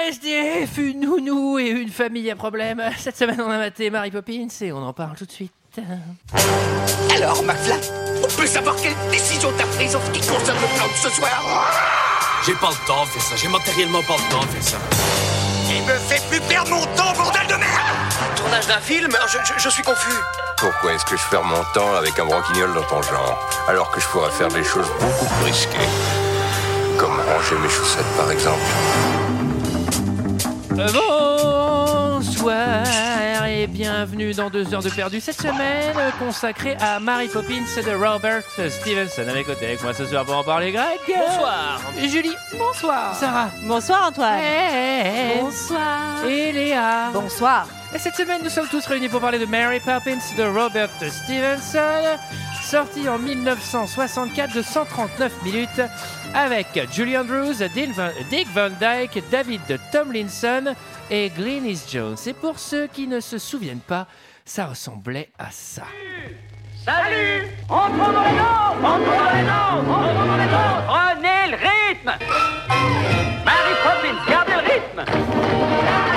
SDF, une nounou et une famille à problème. Cette semaine, on a maté Mary Poppins et on en parle tout de suite. Alors, McFly, on peut savoir quelle décision t'as prise en ce qui concerne le plan de ce soir J'ai pas le temps de faire ça, j'ai matériellement pas le temps de faire ça. Il me fait plus perdre mon temps, bordel de merde Tournage d'un film Euh, je, je- je suis confus. Pourquoi est-ce que je perds mon temps avec un broquignol dans ton genre Alors que je pourrais faire des choses beaucoup plus risquées. Comme ranger mes chaussettes par exemple. Euh, Bonsoir et bienvenue dans 2 heures de perdu cette semaine consacrée à Mary Poppins de Robert Stevenson. À mes côtés avec moi ce soir pour en parler Greg. Bonsoir. Julie. Bonsoir. Sarah. Bonsoir Antoine. Hey. Bonsoir. eh, Et Léa. Bonsoir. Et cette semaine, nous sommes tous réunis pour parler de Mary Poppins de Robert Stevenson, sorti en 1964 de 139 minutes, avec Julie Andrews, Dean Van- Dick Van Dyke, David Tomlinson et Glynis Jones. Et pour ceux qui ne se souviennent pas, ça ressemblait à ça. Salut Entrons dans les normes Entrons dans les normes Entrons dans les normes Prenez le rythme Marie Poppins, gardez le rythme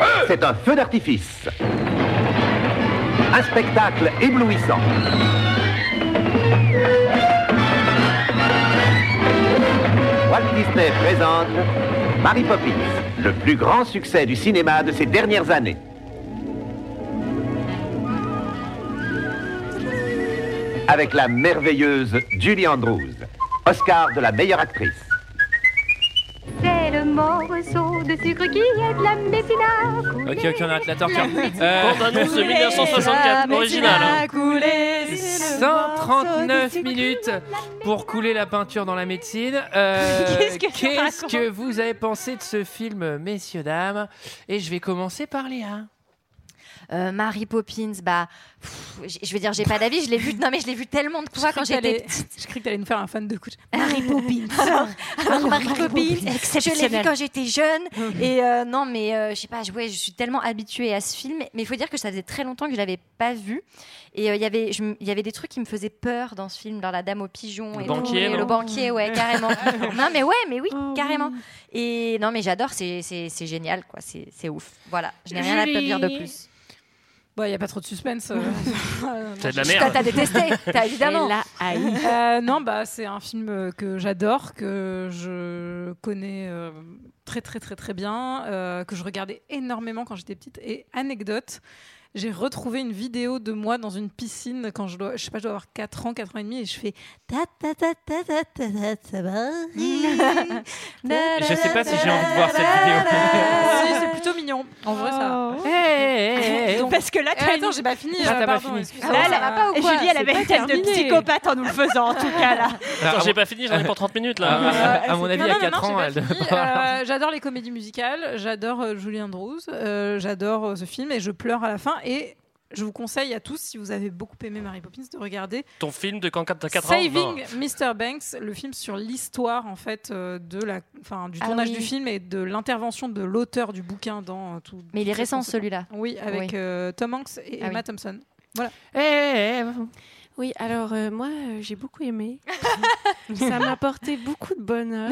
Ah C'est un feu d'artifice. Un spectacle éblouissant. Walt Disney présente Mary Poppins, le plus grand succès du cinéma de ces dernières années. Avec la merveilleuse Julie Andrews, Oscar de la meilleure actrice. C'est le morceau de sucre qui est de la médecine. Ok, ok, on arrête la torture. Euh, Bande annonce de 1964, original. hein. 139 minutes pour couler la peinture dans la médecine. Euh, Qu'est-ce que tu qu'est-ce racontes que vous avez pensé de ce film, messieurs, dames Et je vais commencer par Léa. Euh, Mary Poppins, bah, pff, j- je veux dire, j'ai pas d'avis, je l'ai vu, non mais je l'ai vu tellement de fois quand j'étais petite. Je croyais que t'allais nous faire un fan de Ah couche. Marie Poppins. Alors, Mary Poppins, je l'ai vu exceptionnel. Mmh. quand j'étais jeune. Et euh, non, mais euh, je sais pas, je- ouais, je suis tellement habituée à ce film. Mais il faut dire que ça faisait très longtemps que je l'avais pas vu. Et euh, il y avait- je m- il y avait des trucs qui me faisaient peur dans ce film, dans La Dame aux Pigeons. Le et banquier, tout, et non Le banquier, ouais, carrément. non, mais ouais, mais oui, Oh. carrément. Et non, mais j'adore, c'est- c'est c'est génial, quoi. C'est c'est ouf. Voilà, je n'ai rien à te dire de Julie. plus. Bon, il n'y a pas trop de suspense. euh. Euh, C'est de la Toi, merde. t'as détesté, t'as évidemment. Euh, non, bah, c'est un film euh, que j'adore, que je connais euh, très très très très bien, euh, que je regardais énormément quand j'étais petite. Et anecdote, j'ai retrouvé une vidéo de moi dans une piscine quand je dois, je sais pas, je dois avoir 4 ans, 4 ans et demi, et je fais ta ta ta ta ta ta ta ta Je sais pas si j'ai envie de voir cette vidéo. c'est plutôt mignon. En vrai, ça. va. Hey, hey, hey, hey. Donc- Parce que là, Eh, t'as attends, une- j'ai pas fini. Ah, euh, t'as pas pardon, fini. excuse-moi. Ah bon, ça va pas ou Et quoi Julie, elle C'est avait pas une tête de terminé. psychopathe en nous le faisant, en tout cas, là. Attends, Alors, j'ai pas fini, j'en ai pour 30 minutes à, là. Ah, à mon avis, Non, non, à 4 non, non, ans, elle j'ai pas devait fini. pas avoir- Euh, j'adore les comédies musicales, j'adore euh, Julie Andrews, euh, j'adore euh, ce film et je pleure à la fin. Et je vous conseille à tous, si vous avez beaucoup aimé Mary Poppins, de regarder Ton film de quand t'as 4 ans non. Saving Mr. Banks, le film sur l'histoire en fait euh, de la, enfin, du Ah tournage oui. du film et de l'intervention de l'auteur du bouquin dans euh, tout. Mais il est tout récent cette- celui-là. Oui, avec Oui. euh, Tom Hanks et Ah Emma oui. Eh, Thompson. Hey, hey, hey. Oui, alors euh, moi, euh, j'ai beaucoup aimé. ça m'a apporté beaucoup de bonheur.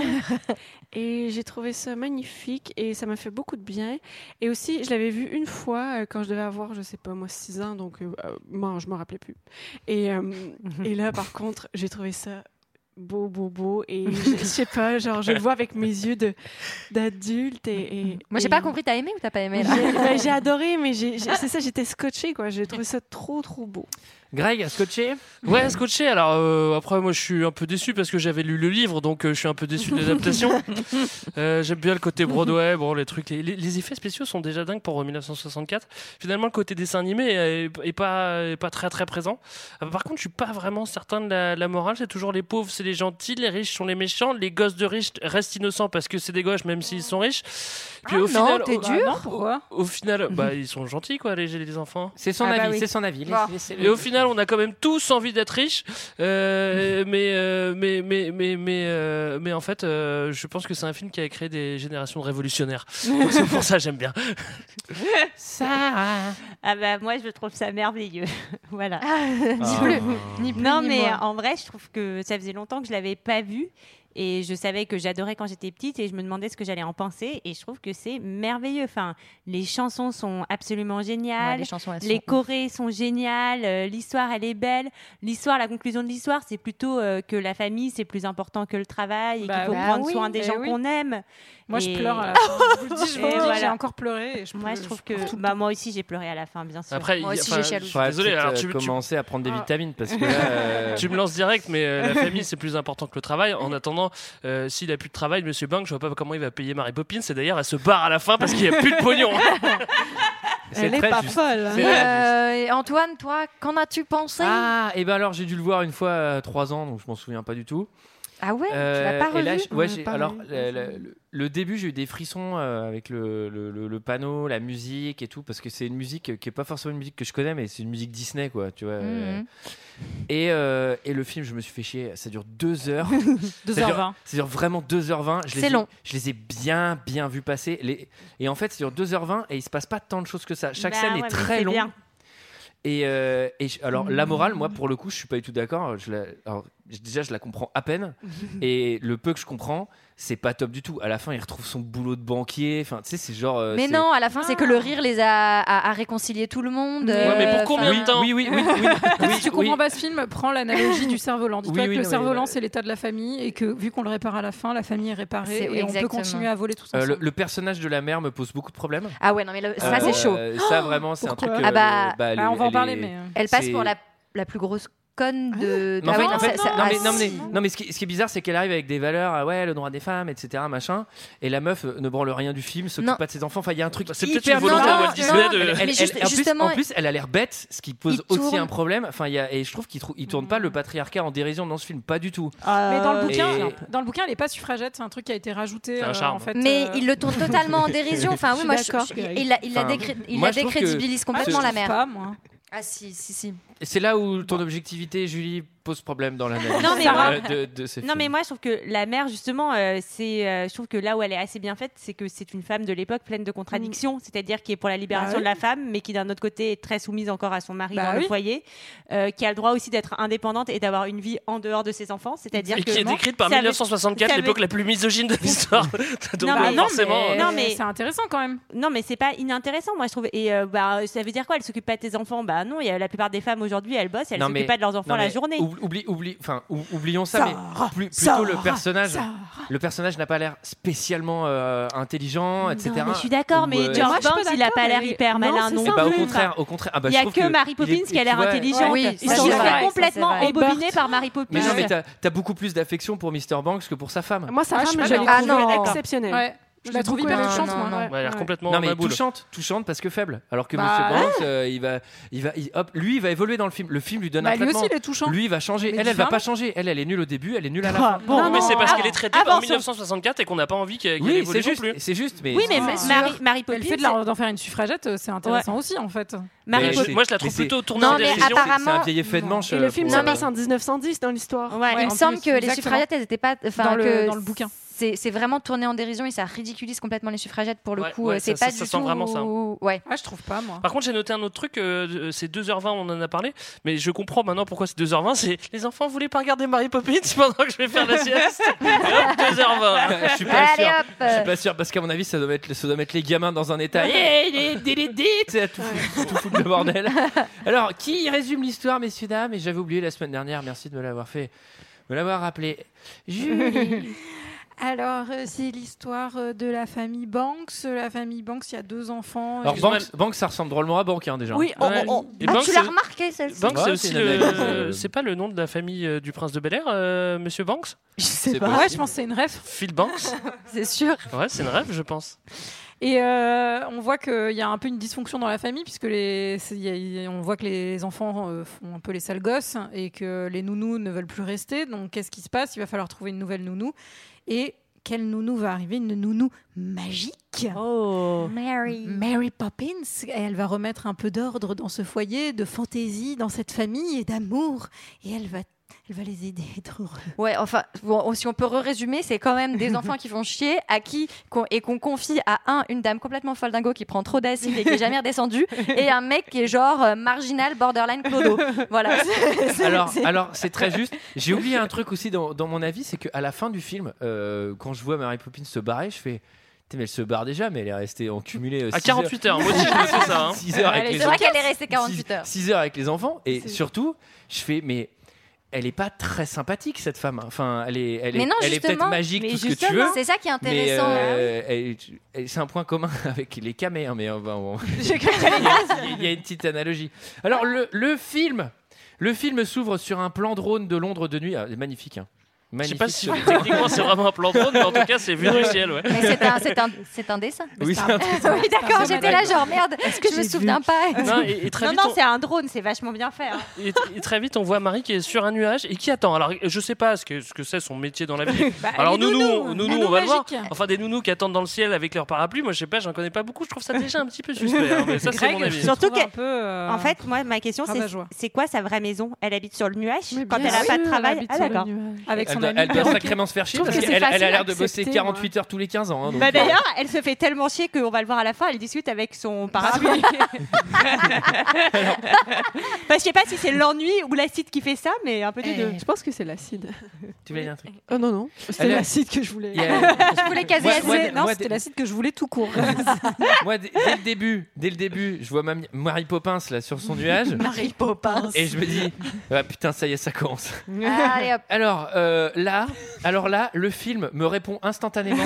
Et j'ai trouvé ça magnifique et ça m'a fait beaucoup de bien. Et aussi, je l'avais vu une fois euh, quand je devais avoir, je sais pas, moi, 6 ans, donc euh, euh, moi, je m'en rappelais plus. Et, euh, et là, par contre, j'ai trouvé ça beau, beau, beau. Et je je sais pas, genre, je le vois avec mes yeux de- d'adulte. Et, et- Moi, j'ai et- pas compris, t'as aimé ou t'as pas aimé là J'ai ben, j'ai adoré, mais j'ai- j'ai- c'est ça, j'étais scotchée, quoi. J'ai trouvé ça trop, trop beau. Greg, scotché Ouais, scotché. Alors euh, après, moi, je suis un peu déçu parce que j'avais lu le livre, donc euh, je suis un peu déçu de l'adaptation. Euh, J'aime bien le côté Broadway, bon, les trucs, les, les- les effets spéciaux sont déjà dingues pour euh, 1964. Finalement, le côté dessin animé est, est pas est pas très très présent. Euh, Par contre, je suis pas vraiment certain de la, la morale. C'est toujours les pauvres, c'est les gentils, les riches sont les méchants, les gosses de riches restent innocents parce que c'est des gauches, même s'ils sont riches. Puis au final, Ah t'es au, Ah dur. non, pourquoi au final, bah, ils sont gentils quoi, les, les enfants. C'est son Ah bah avis, oui. c'est son avis. Bon. Laissez- Et au final, on a quand même tous envie d'être riches, euh, Mm. mais, euh, mais mais mais mais euh, mais en fait, euh, je pense que c'est un film qui a créé des générations de révolutionnaires. Donc c'est pour ça que j'aime bien. Sarah. Ah bah moi, je trouve ça merveilleux. voilà. Dis plus. Ah, Ni plus, Non, ni mais moins. en vrai, je trouve que ça faisait longtemps que je l'avais pas vu. Et je savais que j'adorais quand j'étais petite et je me demandais ce que j'allais en penser. Et je trouve que c'est merveilleux. Enfin, les chansons sont absolument géniales. Ouais, les chansons, elles les sont chorés sont géniales. euh, l'histoire, elle est belle. L'histoire, la conclusion de l'histoire, c'est plutôt euh, que la famille, c'est plus important que le travail et Bah qu'il faut oui. prendre Bah oui, soin des eh gens oui. qu'on aime. Moi, je Et- pleure à la fin. Je vous le dis, je vous le Et dis, j'ai voilà. encore pleuré et je moi, pleure- je je trouve que. bah, moi aussi, j'ai pleuré à la fin, bien sûr. Après, il- enfin, Faudrait Désolé, peut-être, alors euh, tu, tu- commencer à prendre des Ah. vitamines parce que là, euh, tu me lances direct, mais euh, la famille c'est plus important que le travail. En attendant, euh, s'il a plus de travail, Monsieur Bank, je vois pas comment il va payer Mary Poppins. Et d'ailleurs, elle se barre à la fin parce qu'il y a plus de pognon. C'est très juste. C'est hein. Et, très euh, et Antoine, toi, qu'en as-tu pensé Ah, et ben alors j'ai dû le voir une fois à 3 ans, donc je m'en souviens pas du tout. Ah ouais, Euh, tu l'as pas et là, revu j- ouais, j'ai- alors euh, le, le- le- le début, j'ai eu des frissons euh, avec le, le- le- le panneau, la musique et tout, parce que c'est une musique euh, qui est pas forcément une musique que je connais, mais c'est une musique Disney, quoi, tu vois. euh. Mhm. Et, euh, et le film, je me suis fait chier. Ça dure 2 heures. Deux Ça dure- heures vingt. Ça dure vraiment 2h20. Je les C'est ai- long. Je les ai bien, bien vus passer. Les... Et en fait, c'est dure 2h20 et il se passe pas tant de choses que ça. Chaque Bah scène ouais, mais est très c'est longue. bien. Et, euh, et je- alors, Hmm. la morale, moi, pour le coup, je suis pas du tout d'accord. hein, Je la- alors, je- déjà, je la comprends à peine. et le peu que je comprends, c'est pas top du tout. À la fin, il retrouve son boulot de banquier. Enfin, tu sais, c'est genre. euh, Mais c'est- non, à la fin, c'est que le rire les a, a, a réconcilié tout le monde. euh, Ouais, mais pour combien enfin, de temps Oui, oui, oui, Euh, oui, si tu comprends pas ce film, prends l'analogie du cerf-volant. Dis-toi Oui, oui, que non, le mais- cerf-volant, c'est l'état de la famille et que vu qu'on le répare à la fin, la famille est réparée C'est- et on peut exactement. continuer à voler tout Euh, ensemble. le, le personnage de la mère me pose beaucoup de problèmes. Euh, Ah ouais, non, mais le- ça, c'est chaud. Ça, vraiment, c'est un truc. Pourquoi euh, Ah bah- elle- Ah, on va en elle parler, est- mais, euh, Elle passe c'est- pour la, la plus grosse conne de. Mais en Ah fait- ouais, en fait, ça- ça- non, ah mais- non, mais- si. non, mais ce qui, ce qui est bizarre, c'est qu'elle arrive avec des valeurs, ah ouais, le droit des femmes, etc., machin, et la meuf euh, ne branle rien du film, s'occupe pas de ses enfants. Enfin, il y a un truc. c'est peut-être une volonté bizarre. de Walt Disney de- Elle- elle- Mais elle- juste- en plus- justement, en plus, elle a l'air bête, ce qui pose il aussi tourne- un problème. Enfin, il y a- et je trouve qu'il trou- il tourne pas le patriarcat en dérision dans ce film, pas du tout. Ah. Mais dans le bouquin, Euh, Et- dans le bouquin, elle est pas suffragette, c'est un truc qui a été rajouté. C'est un euh, charme. en fait, Mais euh, il le tourne totalement en dérision. Enfin, Je oui, suis moi, je, d'accord. je- il la, il la Enfin, décré- il moi, la je trouve que- décrédibilise Ah, complètement je la trouve mère. pas, moi. Ah si, si, si. Et c'est là où ton objectivité, Julie, pose problème dans l'analyse Non, mais moi- euh, de, de ce Non film. mais moi je trouve que la mère justement euh, c'est euh, je trouve que là où elle est assez bien faite c'est que c'est une femme de l'époque pleine de contradictions c'est-à-dire qui est pour la libération Mm. Bah oui. de la femme mais qui d'un autre côté est très soumise encore à son mari Bah dans oui. le foyer euh, qui a le droit aussi d'être indépendante et d'avoir une vie en dehors de ses enfants c'est-à-dire Et que qui est décrite par Ça veut- 1964, ça veut- l'époque la plus misogyne de l'histoire. Donc, Non, mais- euh, forcément. euh, Bah, non, mais c'est intéressant quand même. Non, mais c'est pas inintéressant, moi je trouve. Et euh, bah, ça veut dire quoi Elle s'occupe pas de tes enfants Bah non, il y a la plupart des femmes aujourd'hui, elles bossent, elles Non, mais- s'occupent pas de leurs enfants non, la mais journée. oub- Oublie, oublie, enfin, ou- oublions ça, Sarah, mais plus- plutôt Sarah, le personnage. Sarah. Le personnage n'a pas l'air spécialement euh, intelligent, etc. mais je suis d'accord, Ou, mais euh, George Moi, je suis Banks, pas il a d'accord, pas l'air mais- hyper Non, malin c'est non ça, bah, au plus. contraire, au contraire. Ah, bah, il je y a trouve que que Mary il est- Poppins qui a l'air ouais. intelligente. Oui, Ils ça, sont c'est vrai, fait ça, complètement c'est vrai. embobinés par Mary Poppins. Mais non, mais t'as t'as beaucoup plus d'affection pour Mr. Banks que pour sa femme. Moi, sa Ah, je femme, suis je l'ai pas d'accord. trouvée Ah, non. exceptionnelle. Ouais. Je la l'ai trouve beaucoup hyper aimée. touchante, moi. Ouais. Ouais, elle a l'air complètement non mais maboule. touchante, touchante parce que faible. Alors que Bah, Monsieur ouais. Banks, euh, il va, il va, il- hop, lui il va évoluer dans le film. Le film lui donne Bah, un lui traitement. aussi, il est touchant. Lui il va changer. Mais elle, elle va différemment. pas changer. Elle, elle est nulle au début, elle est nulle à la Ah, fin. bon, mais c'est parce Ah, qu'elle est traitée avançons. en 1964 et qu'on n'a pas envie qu'elle qu'elle Oui, évolue c'est non juste. plus. C'est juste, mais. Oui, mais Ah, Ma- sûr. Mary, Mary Mais Poppins. Le fait de la- d'en faire une suffragette, euh, c'est intéressant aussi en fait. Mais Poppins- c'est- moi, je la trouve mais c'est- plutôt tournée Non, en mais dérision. c'est- C'est un apparemment- vieil effet de manche. Et euh, le film pour, se euh, passe en 1910 dans l'histoire. Ouais. il me semble que les suffragettes, elles étaient pas. Enfin, Dans le- que dans le bouquin. C'est c'est vraiment tourné en dérision et ça ridiculise complètement les suffragettes pour le Ouais, coup. ouais, euh, c'est ça- pas ça- du ça sent tout. vraiment ça. Ouais. Ah, je trouve pas moi. Par contre, j'ai noté un autre truc, euh, euh, c'est 2h20, on en a parlé, mais je comprends maintenant pourquoi c'est 2h20, c'est les enfants voulaient pas regarder Mary Poppins pendant que je vais faire la sieste. Et hop, 2h20. Je suis pas Allez, sûr. hop. Je suis pas sûr parce qu'à mon avis, ça doit mettre, ça doit mettre les gamins dans un état. Eh, il est- il est- il est- Ça tout fout- tout foutre le bordel. Alors, qui résume l'histoire, messieurs dames Et j'avais oublié la semaine dernière. Merci de me l'avoir fait, me l'avoir rappelé. Julie. Alors, euh, c'est l'histoire euh, de la famille Banks. La famille Banks, il y a deux enfants. Alors, Ils- Banks, Banks, ça ressemble drôlement à Bank, hein, déjà. Oh, Oui, oh, Ouais. oh, oh. Et Ah, Banks, tu l'as c'est- remarqué celle-ci Banks, c'est Ouais, aussi c'est une le- analyse, euh, C'est pas le nom de la famille euh, du prince de Bel Air, euh, monsieur Banks Je sais C'est pas. Ouais, possible. je pense que c'est une ref. Phil Banks C'est sûr. Ouais, c'est une rêve, je pense. Bah, Et euh, on voit qu'il y a un peu une dysfonction dans la famille, puisque les, c'est- y a- y a- on voit que les enfants euh, font un peu les sales gosses et que les nounous ne veulent plus rester. Donc, qu'est-ce qui se passe Il va falloir trouver une nouvelle nounou. Et quelle nounou va arriver Une nounou magique Oh. Mary. Mary Poppins, et elle va remettre un peu d'ordre dans ce foyer, de fantaisie, dans cette famille et d'amour. Et elle va Elle va les aider à être heureux. Ouais, enfin, bon, si on peut résumer, c'est quand même des enfants qui font chier, à qui qu'on- et qu'on confie à un une dame complètement folle dingo qui prend trop d'acide et qui est jamais redescendue, et un mec qui est genre euh, marginal, borderline, clodo. Voilà. C'est- c'est- alors, c'est- alors c'est très juste. J'ai oublié un truc aussi dans, dans mon avis, c'est qu'à la fin du film, euh, quand je vois Mary Poppins se barrer, je fais. Putain, Mais elle se barre déjà, mais elle est restée en cumulé. euh, À six 48 heures, moi aussi, je me fais ça, hein. 6 heures avec C'est les vrai enfants. qu'elle est restée 48 heures. 6 heures avec les enfants. Et surtout, je fais, mais elle est pas très sympathique, cette femme. Enfin, elle est, elle est, Mais non, elle est justement. peut-être magique, Mais tout ce que tu justement. veux. C'est ça qui est mais, intéressant. hein. euh, elle- elle- c'est un point commun avec les camés, hein, mais euh, bah, bon. il y a une petite analogie. Alors, le, le film, le film s'ouvre sur un plan drone de Londres de nuit. Ah, magnifique. Hein. Je sais Magnifique. pas si ce- techniquement c'est vraiment un plan de drone, mais en tout cas c'est vu du ciel. Ouais. Mais c'est un, c'est un, c'est un dessin. Oui, c'est un dessin. oui, d'accord, C'est un j'étais là, dessin. genre merde, est-ce que je me souviens pas Non, et- et très non, vite, non, on- c'est un drone, c'est vachement bien fait. hein. Et, et très vite, on voit Marie qui est sur un nuage et qui attend. Alors, je sais pas ce que ce que c'est son métier dans la vie. Bah, Alors, les nounou, nounous, on- la nounou, nounou on va le voir. magique. Enfin, des nounous qui attendent dans le ciel avec leur parapluie. Moi, je sais pas, j'en connais pas beaucoup. Je trouve ça déjà un petit peu suspect. hein, mais ça, c'est Greg, mon avis. Surtout trouve que, un peu, euh, en fait, moi, ma question, c'est rabat-joie. c'est quoi sa vraie maison Elle habite sur le nuage quand bien elle a sûr, pas de elle travail. habite Ah sur le d'accord. nuage. Avec elle son doit, ami elle doit perroquet. sacrément se faire Je chier trouve parce que c'est qu'elle elle a facile l'air à de bosser accepter, 48 heures tous les 15 ans. hein, donc, Bah, euh, D'ailleurs, elle se fait tellement chier qu'on va le voir à la fin, elle discute avec son parapluie. Ah Bah, je sais pas si c'est l'ennui ou l'acide qui fait ça, mais un peu des Eh. deux. Je pense que c'est l'acide. tu voulais dire un truc Oh non, non, Elle c'est est- l'acide que je voulais. Il y a- Je voulais caser Moi- assez. moi- non, moi, c'était dès- l'acide que je voulais tout court. Moi, dès, dès le début, dès le début, je vois Mam- Marie Poppins là sur son nuage. Marie Poppins. Et je me dis, ah, putain, ça y est, ça commence. Ah, allez, hop. Alors euh, là, alors là, le film me répond instantanément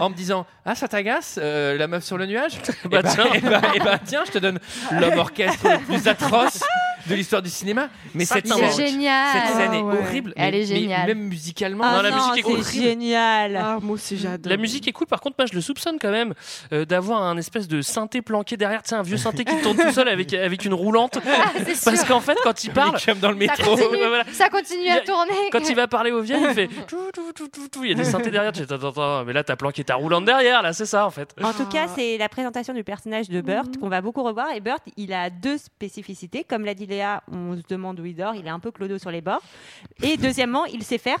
en me disant ah ça t'agace euh, la meuf sur le nuage Bah, Eh ben, tiens. eh ben, eh ben, tiens, je te donne l'homme orchestre le plus atroce de l'histoire du cinéma. Mais Ça cette commence. scène, C'est génial. cette scène est Ah ouais. horrible. Elle mais- est mais géniale. même musicalement, Ah Non, la non, musique est c'est horrible. génial. Ah, moi aussi, j'adore. La musique est cool, par contre, moi je le soupçonne quand même euh, d'avoir un espèce de synthé planqué derrière, tu sais, un vieux synthé qui tourne tout seul avec, avec une roulante. Ah, c'est sûr. Parce qu'en fait, quand il parle, comme dans le Ça métro. continue, Bah, voilà. ça continue Il y à a- tourner. quand il va parler aux vieilles, il fait tout, tout, tout, tout, tout. Il y a des synthés derrière, tu fais, attends, attends, attends, mais là t'as planqué ta roulante derrière, là c'est ça en fait. En tout cas, c'est la présentation du personnage de Burt qu'on va beaucoup revoir. Et Burt, il a deux spécificités. Comme l'a dit Léa, on se demande où il dort. Il est un peu clodo sur les bords. Et deuxièmement, il sait faire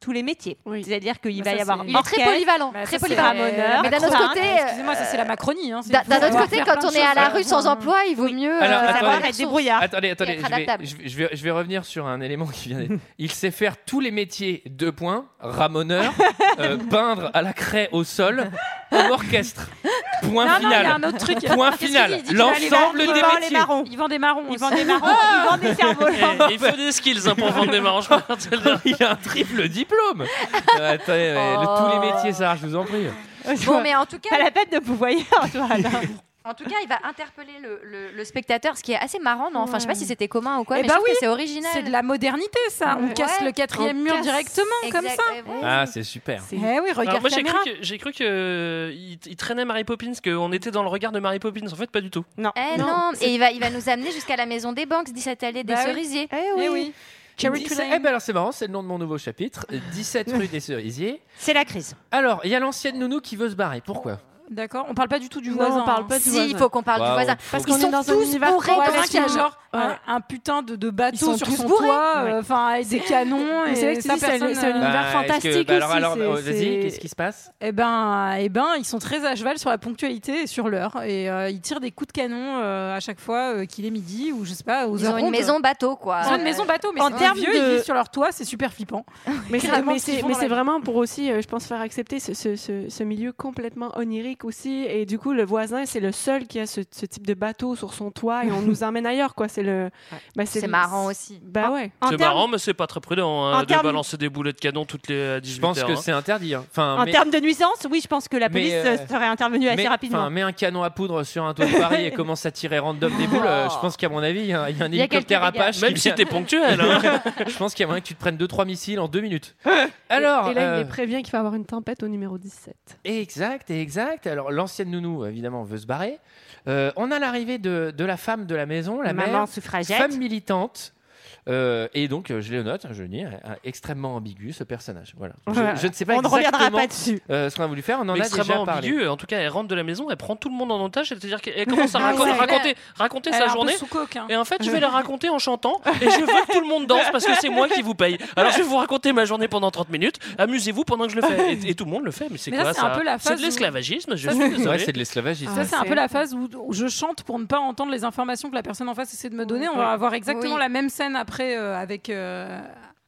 tous les métiers. Oui. C'est-à-dire qu'il Bah, va ça, y avoir c'est- Il est très orchestre, polyvalent, Bah, très ça, c'est- polyvalent. ramoneur, Mais d'un autre Macron, côté, euh, Excusez-moi, ça c'est la Macronie. Hein, c'est- d'un faut d'un autre savoir côté, faire quand plein on de est à la choses. rue sans emploi, il vaut mieux euh, Alors, savoir attendez. être débrouillard. Attendez, attendez, être je vais, adaptable. je, vais- je vais, je vais revenir sur un élément qui vient d'être. Il sait faire tous les métiers, deux points, ramoneur, euh, peindre à la craie au sol, en orchestre. Point Non, non, il y final. a un autre truc. Point Qu'est-ce final. qu'il dit Il dit qu'il va aller L'ensemble vendre- des vend les métiers. marrons. Il vend des marrons. Il aussi. vend des marrons, il vend des Et- cerfs-volants. et il faut des skills hein, pour vendre des marrons, je peux pas dire le- Il a un triple diplôme. Euh, attendez, euh, le- Oh. tous Oh. les métiers, ça, je vous en prie. Bon, mais en tout Pas cas, la peine de vous voir, toi. alors. en tout cas, il va interpeller le, le- le spectateur, ce qui est assez marrant. Non enfin, je sais pas si c'était commun ou quoi, Eh mais bah je trouve oui, que c'est original. C'est de la modernité, ça. On Ouais. casse le quatrième On mur casse- directement, comme Exact, ça. eh ouais. Ah, c'est super. Eh oui, Alors, regarde moi j'ai caméra. cru que j'ai cru que euh, il, il traînait Mary Poppins, qu'on était dans le regard de Mary Poppins. En fait, pas du tout. Eh non, et il va, il va nous amener jusqu'à la maison des banques, 17 allées des Bah oui. cerisiers. Eh Eh oui. oui. bah. Dix- Eh ben alors c'est marrant, c'est le nom de mon nouveau chapitre. 17 rue des Cerisiers. C'est la crise. Alors, il y a l'ancienne nounou qui veut se barrer. Pourquoi D'accord, on parle pas du tout du Non, voisin. on parle hein. pas du Si, il voisin. faut qu'on parle Waouh. du voisin. Parce Ils qu'on sont est dans un tous univers bourrés Ouais, dans parce ce qu'il y a film. genre Ouais. un, un putain de, de Ils bateau sont sur tous son bourrés. toit, euh, enfin avec des canons. Mais et c'est vrai que ça, c'est- c'est un- personne, c'est un euh, univers est-ce que- fantastique bah, alors, aussi, alors, c'est- euh, vas-y, c'est- qu'est-ce qui se passe Eh ben, eh ben, ils sont très à cheval sur la ponctualité et sur l'heure. Et euh, ils tirent des coups de canon euh, à chaque fois euh, qu'il est midi ou je sais pas, aux Ils heures ont une rondes. maison bateau, quoi. Ils ont une maison bateau, mais En c'est termes vieux, de- ils vivent sur leur toit, c'est super flippant. Mais c'est Clairement, mais ce qu'ils c'est- font mais dans c'est la vie. vraiment pour aussi, euh, je pense, faire accepter ce, ce- ce- ce milieu complètement onirique aussi. Et du coup, le voisin, c'est le seul qui a ce, ce type de bateau sur son toit et on nous emmène ailleurs, quoi. C'est le. bah, C'est le- marrant aussi. Bah ouais. En C'est termes- marrant, mais c'est pas très prudent hein, en de termes- balancer des boulets de canon toutes les euh, 18 Je pense heures, que hein. c'est interdit. hein. Enfin, En mais- termes de nuisance, oui, je pense que la Mais, police euh, euh, serait intervenue assez mais- enfin, rapidement. mets un canon à poudre sur un toit de Paris et commence à tirer random des boules. euh, je pense qu'à mon avis, il y a un, il y a un Il y a hélicoptère quelques dégâts. Apache. qui Même si vient- t'es ponctuel. hein. je pense qu'il y a moyen que tu te prennes 2-3 missiles en 2 minutes. Alors, Et, et là, euh, il les prévient qu'il va avoir une tempête au numéro 17. Exact, exact. Alors l'ancienne nounou, évidemment, veut se barrer. Euh, on a l'arrivée de, de la femme de la maison, la Maman mère, suffragette. femme militante, Euh, et donc, euh, je le note, hein, je le dis, un- un extrêmement ambigu ce personnage. Voilà. Je, Voilà. je ne sais pas On ne reviendra exactement, pas dessus. euh, ce qu'on a voulu faire, on en Mais a déjà extrêmement parlé. ambigu. En tout cas, elle rentre de la maison, elle prend tout le monde en otage, c'est-à-dire qu'elle commence à Ah raco- ouais. raconter, raconter Elle est sa un peu journée. sous hein. Et en fait, je vais la raconter en chantant. Et je veux que tout le monde danse parce que c'est moi qui vous paye. Alors, je vais vous raconter ma journée pendant 30 minutes. Amusez-vous pendant que je le fais. Et, et tout le monde le fait. Mais c'est Mais quoi là, c'est ça un peu la C'est de phase où- l'esclavagisme. Je Ça, suis c'est- désolé. Ouais, c'est Ah, de l'esclavagisme. Ça, c'est un peu la phase où où je chante pour ne pas entendre les informations que la personne en face essaie de me donner. On va avoir exactement Oui. la même scène après euh, avec, euh,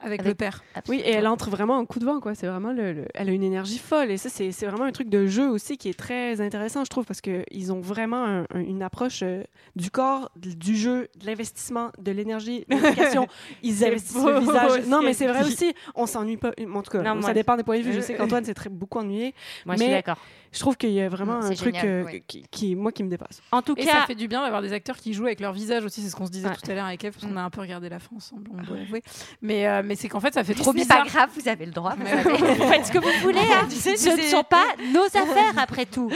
avec, le père. Oui, et elle entre vraiment en coup de vent, quoi. C'est vraiment le, le- elle a une énergie folle, et ça, c'est c'est vraiment un truc de jeu aussi qui est très intéressant, je trouve, parce que ils ont vraiment un- un- une approche euh, du corps, d- du jeu, de l'investissement, de l'énergie, de l'éducation. ils C'est investissent beau, le visage. ce Non, qu'elle mais c'est vrai dit. aussi. On s'ennuie pas. En tout cas, Non, moi, ça dépend des points de vue. Je euh, sais qu'Antoine s'est très beaucoup ennuyé. Moi, je suis mais d'accord. Je trouve qu'il y a vraiment Mm, un c'est truc génial, euh, ouais. qui, qui- moi, qui me dépasse. En tout Et cas- ça fait du bien d'avoir des acteurs qui jouent avec leur visage aussi. C'est ce qu'on se disait tout à l'heure avec Eve, parce qu'on a un peu regardé la fin ensemble. On doit l'avouer. Mais, euh, mais c'est qu'en fait, ça fait trop C'est bizarre. pas grave, vous avez le droit. Vous, Mais savez. oui. Vous faites ce que vous voulez. hein. Tu sais, tu Ce ne sais. sont pas nos affaires, après tout.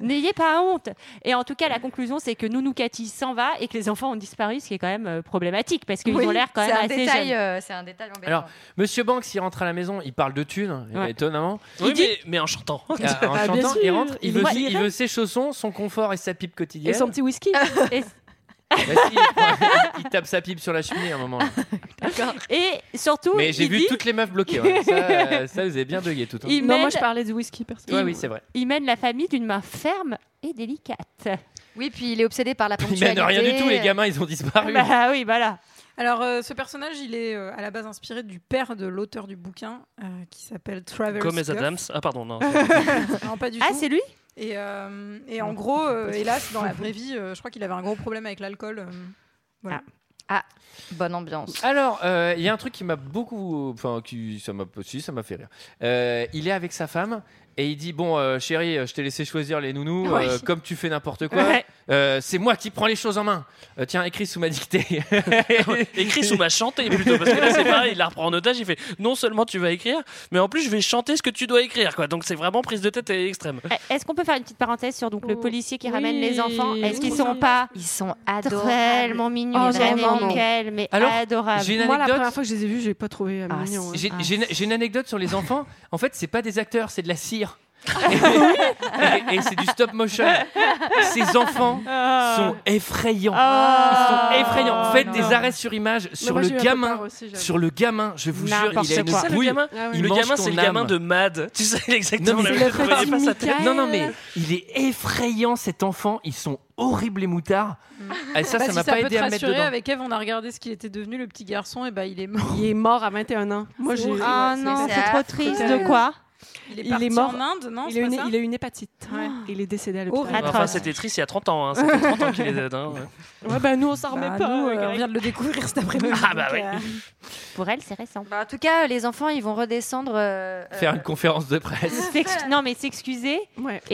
N'ayez pas honte. Et en tout cas, la conclusion, c'est que Nounou Cathy s'en va et que les enfants ont disparu, ce qui est quand même euh, problématique parce qu'ils Oui, ont l'air quand c'est même un assez détail, jeunes. euh, c'est un détail embêtant. Alors, Monsieur Banks, il rentre à la maison, il parle de thunes, Ouais. étonnamment. Oui, mais, mais en chantant. Ah, en Ah, bien chantant, sûr. il rentre, il Il veut, voit- il veut ses chaussons, son confort et sa pipe quotidienne. Et son petit whisky. Bah si, il, prend- il tape sa pipe sur la cheminée à un moment. Et surtout, Mais j'ai il vu dit- toutes les meufs bloquées. ouais. Ça, euh, ça, vous avez bien bugué tout le temps. Il mène- du whisky, perso. Ouais, oui, c'est vrai. Il mène la famille d'une main ferme et délicate. Oui, puis il est obsédé par la Ils mènent rien du tout, les gamins, ils ont disparu. Ah oui, bah. voilà. Alors, euh, ce personnage, il est euh, à la base inspiré du père de l'auteur du bouquin euh, qui s'appelle Travis. Gomez Scott. Adams. Ah, pardon, non. Non, pas du Ah, tout. c'est lui et, euh, et en gros, euh, hélas, dans la vraie vie, euh, je crois qu'il avait un gros problème avec l'alcool. euh, voilà. Ah, bonne ambiance. Alors, euh, il y a un truc qui m'a beaucoup. Enfin, qui, ça m'a si, ça m'a fait rire. Euh, il est avec sa femme et il dit Bon, euh, chérie, euh, je t'ai laissé choisir les nounous, euh, Ouais. comme tu fais n'importe quoi. Ouais. euh, Ah, c'est moi qui prends les choses en main. Euh, tiens, écris sous ma dictée. écrit sous ma chantée plutôt parce que là c'est pareil il la reprend en otage il fait non seulement tu vas écrire mais en plus je vais chanter ce que tu dois écrire quoi donc c'est vraiment prise de tête et extrême Eh, Est-ce qu'on peut faire une petite parenthèse sur donc le policier qui ramène les enfants Est-ce qu'ils Oui. sont pas Oh. Ils sont tellement mignons, Oh, vraiment vraiment. mignons, mais Alors, adorables j'ai une Moi, la anecdote. première fois que je les ai vus, je n'ai pas trouvé euh, mignons. hein. J'ai j'ai une- j'ai une anecdote sur les enfants. En fait, c'est pas des acteurs, c'est de la cire. et et c'est du stop motion. Ces enfants Ah. sont effrayants. Ils sont effrayants. Faites des arrêts sur image sur moi, le j'ai eu un peu gamin. peur aussi, j'avoue. sur le gamin, je vous jure, N'importe il a une quoi. bouille. Le gamin, Ah le oui. Il mange gamin, c'est ton le gamin âme. de Mad. Tu sais Non exactement mais, la même chose. non, non, non, mais il est effrayant cet enfant. Ils sont horribles les moutards. Ah, Et ça, Bah, ça si m'a pas peut aidé te à me mettre rassurer, dedans. Avec Eve, on a regardé ce qu'il était devenu, le petit garçon, et bah il est mort. Il est mort à 21 ans. Moi, C'est j'ai. horrible, Ah ouais, c'est- non, c'est c'est trop affreux. triste. De quoi Il est parti mort en Inde, non, Il c'est a pas une, ça il a une hépatite. Il est décédé à l'hôpital. Enfin, c'était triste il y a 30 ans. hein. Ça fait 30 ans qu'il est dead. hein, ouais. Ouais, bah, nous, on s'en remet Bah, pas. nous, euh, Greg. on vient de le découvrir cet après-midi. Ah, bah oui. euh, Pour elle, c'est récent. Bah, en tout cas, les enfants, ils vont redescendre. euh, Faire une conférence de presse. S'ex- Non, mais s'excuser et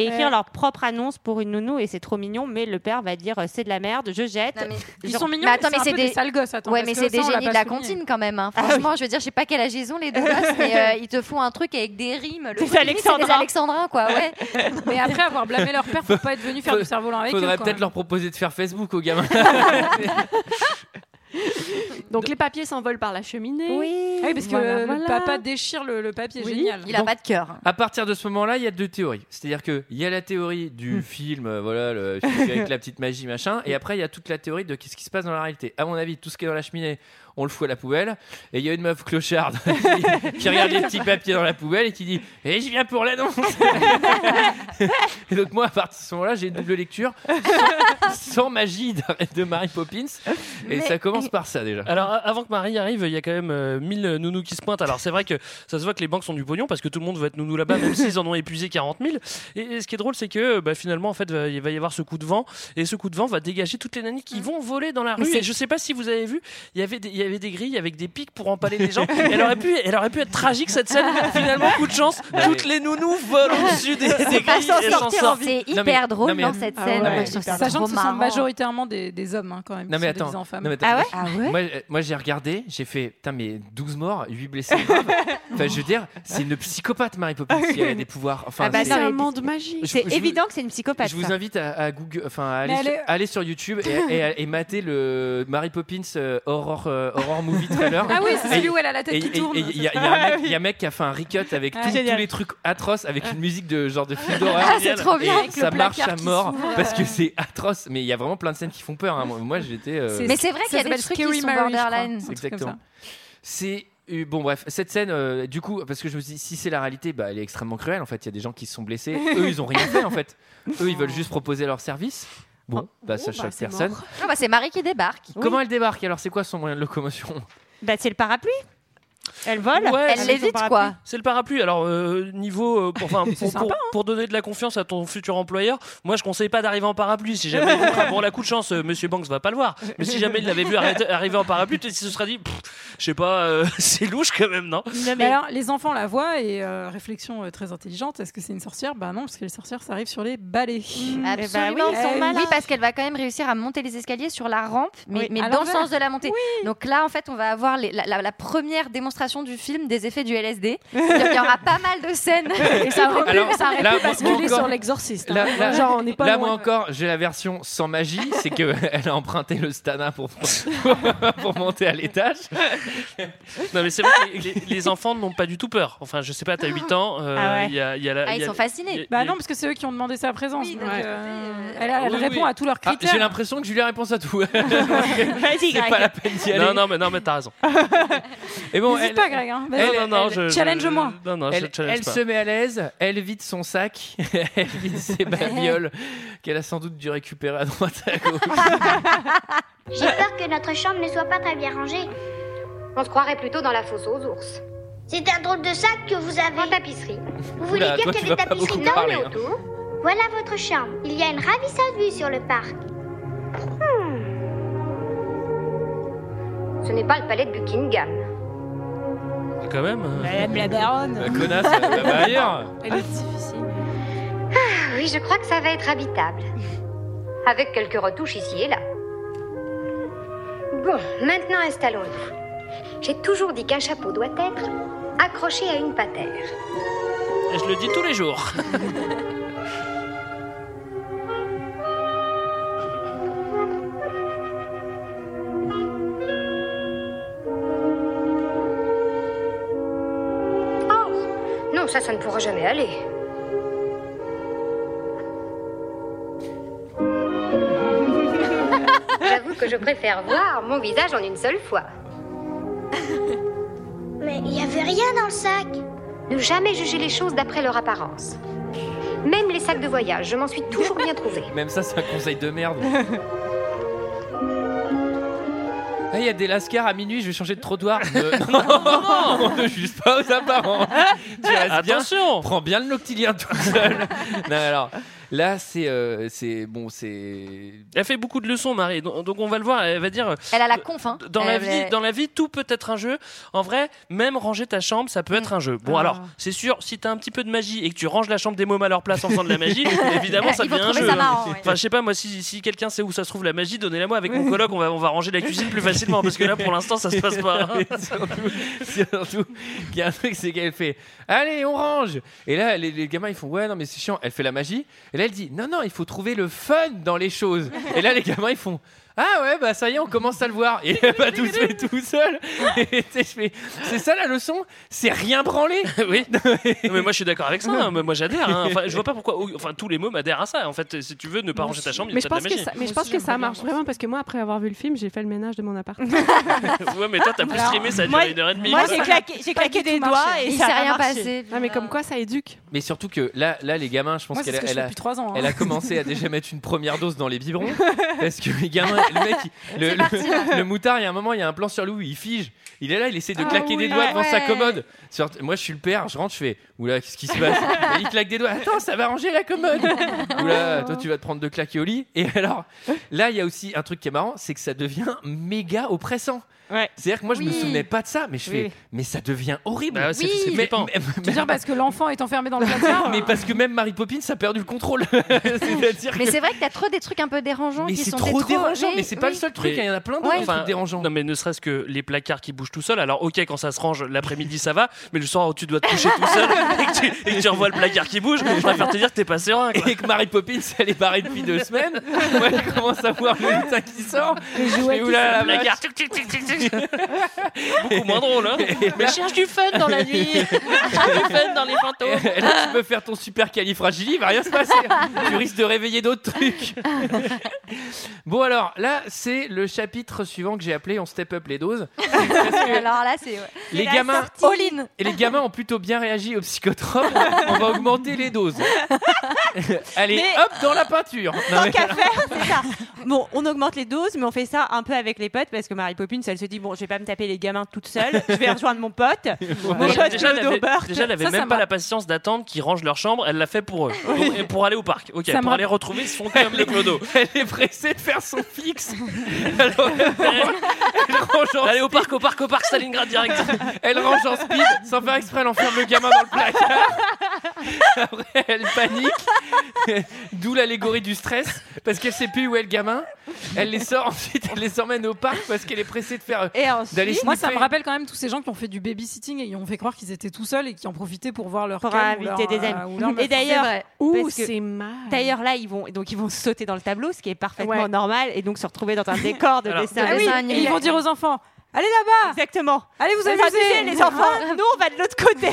écrire Ouais. Euh. leur propre annonce pour une nounou et c'est trop mignon, mais le père va dire euh, c'est de la merde, je jette. Non, mais- Genre- Mais Bah, attends, mais c'est des Ouais, mais c'est des génies de la cantine quand même. hein. Ah Franchement, je veux dire, je sais pas quel âge ils ont les deux gosses, mais euh, ils te font un truc avec des rimes. Le Des truc, limite, c'est alexandrins. Des alexandrins, quoi. Ouais. Mais après avoir blâmé leur père, faut pas être venu faire du cerveau avec Faudrait eux, quoi. peut-être leur proposer de faire Facebook aux gamins. Donc, les papiers s'envolent par la cheminée. Oui. Ah oui, parce que Voilà, le voilà. papa déchire le, le papier, Oui. génial. Il a Donc- pas de cœur. À partir de ce moment-là, il y a deux théories. C'est-à-dire qu'il y a la théorie du film, euh, voilà, le film avec la petite magie, machin, et après, il y a toute la théorie de ce qui se passe dans la réalité. À mon avis, tout ce qui est dans la cheminée, on le fout à la poubelle, et il y a une meuf clocharde qui, qui regarde les petits papiers dans la poubelle et qui dit Eh, je viens pour l'annonce Et donc, moi, à partir de ce moment-là, j'ai une double lecture sans, sans magie de, de Mary Poppins, et Mais- ça commence par ça déjà. Alors a- avant que Marie arrive, il y a quand même euh, 1000 euh, nounous qui se pointent. Alors c'est vrai que ça se voit que les banques sont du pognon parce que tout le monde veut être nounou là-bas, même s'ils en ont épuisé 40 000. Et, et ce qui est drôle, c'est que euh, bah, finalement, en fait, va- il va y avoir ce coup de vent et ce coup de vent va dégager toutes les nannies qui vont voler dans la Mais rue. c'est- Et je sais pas si vous avez vu, il y avait des, il y avait des grilles avec des pics pour empaler les gens. Et elle aurait pu, elle aurait pu être tragique cette scène. Finalement, coup de chance, toutes les nounous volent au-dessus des, des C'est pas grilles censé et s'en sortir en sortent. vie. C'est hyper drôle dans cette Ah scène. ouais. Moi, je trouve ça Sachant trop que ce sont marrant. majoritairement des, des Ah hommes hein, quand même. Non qui mais se déguisent attends. En femmes. non, mais attends. Moi, euh, moi, j'ai regardé, j'ai fait putain mais 12 morts, 8 blessés. graves. enfin je veux dire, c'est une psychopathe Marie Poppins si elle a des pouvoirs. Enfin Ah bah, c'est- non, mais- magique. C'est Je- je- évident que c'est une psychopathe. Je vous ça. invite à, à Google, enfin à aller, Mais elle sur, est- aller sur YouTube et, et- et mater le Mary Poppins euh, Horror euh, Horror Movie Trailer. Ah oui, c'est Et- celui où elle a la tête et- qui et- tourne, et Il y, a- c'est il y a un ça. mec- il y a un mec qui a fait un recut avec Ah, tous- tous génial. les trucs atroces avec une musique de genre de film d'horreur. Ah, c'est trop bien, Et avec le Ça marche placard à qui mort s'ouvre. parce que c'est atroce. Mais il y a vraiment plein de scènes qui font peur. hein. Moi- Moi, j'étais. euh, Mais c'est vrai qu'il y a des trucs qui sont borderline. Exactement. C'est euh, bon, bref, cette scène, euh, du coup, parce que je me dis, si c'est la réalité, bah, elle est extrêmement cruelle. En fait, il y a des gens qui se sont blessés. Eux, ils ont rien fait. En fait, eux, ils veulent juste proposer leur service. Bon, bah, ça choque personne. Ah bah, c'est Marie qui débarque. Comment elle débarque Alors, c'est quoi son moyen de locomotion Bah, c'est le parapluie. Elle vole. c'est- C'est le parapluie. Alors, euh, niveau. euh, pour, enfin, pour, pour- hein. pour donner de la confiance à ton futur employeur, moi, je conseille pas d'arriver en parapluie. Si jamais il vous craque, pour la coup de chance, euh, monsieur Banks va pas le voir. Mais si jamais il l'avait vu arrêter- arriver en parapluie, peut-être qu'il se serait dit, Pff, je sais pas, euh, c'est louche quand même, non Mais alors, les enfants la voient et euh, réflexion euh, très intelligente est-ce que c'est une sorcière Bah non, parce que les sorcières, ça arrive sur les balais. Mm. Absolument, Eh oui. ben Euh, oui, parce qu'elle va quand même réussir à monter les escaliers sur la rampe, mais, Oui. mais À dans le l'envers. sens de la montée. Donc là, en fait, on va avoir les- la, la- la première démonstration du film des effets du LSD. Il y aura pas mal de scènes. Et ça aurait pu- Alors, ça aurait pu là, moi- basculer moi encore- sur l'exorciste. hein. Là, là- Genre, on n'est pas là, loin. moi encore, j'ai la version sans magie, c'est qu'elle a emprunté le stana pour, pour monter à l'étage. Non, mais c'est vrai que les, les enfants n'ont pas du tout peur. Enfin, je sais pas, t'as 8 ans. euh, Ah ouais. il y a- il y a la- il y a- il y a- Bah il y a- non, parce que c'est eux qui ont demandé sa présence. donc, euh, elle elle Oui, oui. répond à tous leurs Ah, critères. j'ai l'impression que Julia répond à tout. Vas-y, c'est pas la peine d'y aller. Non, non, mais, non, mais t'as raison. Et bon, N'hésite elle- pas, Greg, hein. Vas-y. elle- Non, non, elle- je- je- Challenge-moi. Non, non, je elle, challenge elle pas. se met à l'aise, elle vide son sac, elle vide ses babioles qu'elle a sans doute dû récupérer à droite à gauche. J'ai peur que notre chambre ne soit pas très bien rangée. On se croirait plutôt dans la fosse aux ours. C'est un drôle de sac que vous avez. En tapisserie. Vous voulez Oula, dire toi, qu'il y tu a vas des pas tapisseries beaucoup dans parler, et hein. autour Voilà votre chambre. Il y a une ravissante vue sur le parc. Hmm. Ce n'est pas le palais de Buckingham. Quand même. euh, Madame la baronne. La connasse, euh, elle va pas ailleurs. Elle est difficile. Ah, oui, je crois que ça va être habitable. Avec quelques retouches ici et là. Bon, maintenant installons-nous. J'ai toujours dit qu'un chapeau doit être accroché à une patère. Et je le dis tous les jours. Non, ça, ça ne pourra jamais aller. J'avoue que je préfère voir mon visage en une seule fois. Mais il n'y avait rien dans le sac. Ne jamais juger les choses d'après leur apparence. Même les sacs de voyage, je m'en suis toujours bien trouvée. Même ça, c'est un conseil de merde. Ah, il y a des lascars à minuit, je vais changer de trottoir. Euh, non, Oh, on ne juge pas aux apparences. Tu restes bien, prends bien le noctilien tout seul. non, alors, là, c'est. euh, c'est bon, c'est. Elle fait beaucoup de leçons, Marie. Donc, donc on va le voir. Elle va dire. euh, Elle a la conf. hein. Dans la, Elle- vie, dans la vie, tout peut être un jeu. En vrai, même ranger ta chambre, ça peut être un jeu. Bon, Ah. alors, c'est sûr, si t'as un petit peu de magie et que tu ranges la chambre des mômes à leur place en faisant de la magie, évidemment, ça Ils vont devient un trouver jeu. ça marrant, ouais. Enfin, je sais pas, moi, si, si quelqu'un sait où ça se trouve la magie, donnez-la moi. Avec mon coloc, on va, on va ranger la cuisine plus facilement parce que là, pour l'instant, ça se passe pas. Et surtout, surtout, il y a un truc, c'est qu'elle fait Allez, on range Et là, les, les gamins, ils font Ouais, non, mais c'est chiant. Elle fait la magie. Et là, elle dit Non, non, il faut trouver le fun dans les choses. Et là, les gamins, ils font Ah ouais, bah ça y est, on commence à le voir. Et elle va tout se faire tout seul. Et tu sais, je fais, C'est ça la leçon C'est rien branler. oui. Non, mais moi, je suis d'accord avec ça. hein. Moi, j'adhère. hein. Enfin, je vois pas pourquoi. Enfin, tous les mômes adhèrent à ça. En fait, si tu veux ne pas ranger ta chambre, il y Mais a je pas de pense la que magie. ça, mais je pense que ça marche vraiment parce que moi, après avoir vu le film, j'ai fait le ménage de mon appart. ouais, mais toi, t'as plus Alors, streamé, ça a duré moi- une heure et demie. moi, Voilà. j'ai claqué- j'ai claqué des doigts et ça a pas marché. Non, mais comme quoi, ça éduque. Mais surtout que là, là les gamins, je pense Moi, c'est qu'elle a, ce que je elle fais a- depuis trois ans, hein. elle a commencé à déjà mettre une première dose dans les biberons. parce que les gamins, le mec, il- le, C'est parti, le- là. le moutard, il y a un moment, il y a un plan sur Louis, il fige. Il est là, il essaie de Ah claquer oui. des doigts devant Ouais. sa commode. Sur- moi, je suis le père, je rentre, je fais Oula, qu'est-ce qui se passe Et Il claque des doigts. Attends, ça va ranger la commode. Oula, toi, tu vas te prendre de claquer au lit. Et alors, là, il y a aussi un truc qui est marrant c'est que ça devient méga oppressant. C'est-à-dire que moi, je me Oui. souvenais pas de ça, mais je fais Oui. Mais ça devient horrible. Bah, c'est- c'est Oui. Mais- flippant. mais- Je veux dire, parce que l'enfant est enfermé dans le placard. mais parce que même Mary Poppins a perdu le contrôle. C'est-à-dire Mais que- c'est vrai que t'as trop des trucs un peu dérangeants Mais qui c'est sont trop des trop- dérangeant. Oui, mais c'est pas oui. le seul truc, hein, il y en a plein d'autres des trucs dérangeants. Non, mais ne serait-ce que les placards qui bougent tout seuls. Alors, ok, quand ça se range l'après-midi, ça va, mais le soir où tu dois te coucher tout seul et que tu, et que tu revois le placard qui bouge, je préfère te dire que t'es pas serein. Et que Mary Poppins, elle est barrée depuis deux semaines. Moi, je commence à voir le lutin qui sort. Les Je jouets fais, qui oula, sortent. la La vache. carte, tic, tic, tic, tic, tic. Beaucoup moins drôle, hein. Mais cherche du fun dans la nuit. du fun dans les fantômes. Et là, tu peux faire ton super califragili, il va rien se passer. tu risques de réveiller d'autres trucs. bon, alors là, c'est le chapitre suivant que j'ai appelé On step up les doses. Alors là, c'est. ouais. Les C'est la gamins, sortie. All-in. et les gamins ont plutôt bien réagi aux psychotropes. On va augmenter les doses. Allez, Mais- hop, dans la peinture. Non, Tant mais- qu'à faire, c'est ça. Bon, on augmente les doses, mais on fait ça un peu avec les potes parce que Marie Poppins, elle se dit bon, je vais pas me taper les gamins toute seule, je vais rejoindre mon pote. Mon Déjà, pote déjà, elle Clodo avait, Burt. déjà, elle avait Ça, même ça pas m'a- la patience d'attendre qu'ils rangent leur chambre. Elle l'a fait pour eux. Pour, et pour aller au parc. Ok, Ça me pour aller rapp- retrouver son comme le clodo. Elle est pressée de faire son fixe. Alors, elle range en Allez au parc, au parc, au parc, Stalingrad direct. Elle range en speed, sans faire exprès, elle enferme le gamin dans le placard. Après, elle panique, d'où l'allégorie du stress, parce qu'elle sait plus où est le gamin. Elle les sort ensuite, elle les emmène au parc parce qu'elle est pressée de faire. d'aller Moi, ça me sniffer. rappelle quand même tous ces gens qui ont fait du babysitting et qui ont fait croire qu'ils étaient tout seuls et qui en profitaient pour voir leur Pour cam ou inviter leur- des euh, ou leur amis. meuf. Et d'ailleurs, Ouh, parce que- c'est mal. D'ailleurs, là, ils vont donc ils vont sauter dans le tableau, ce qui est parfaitement normal, et donc se retrouver dans un décor de Alors, bah dessin. Ah oui, dessin et animé. ils vont dire aux enfants. Allez là-bas Exactement. Allez vous amusez, amuser. les enfants. Nous, on va de l'autre côté.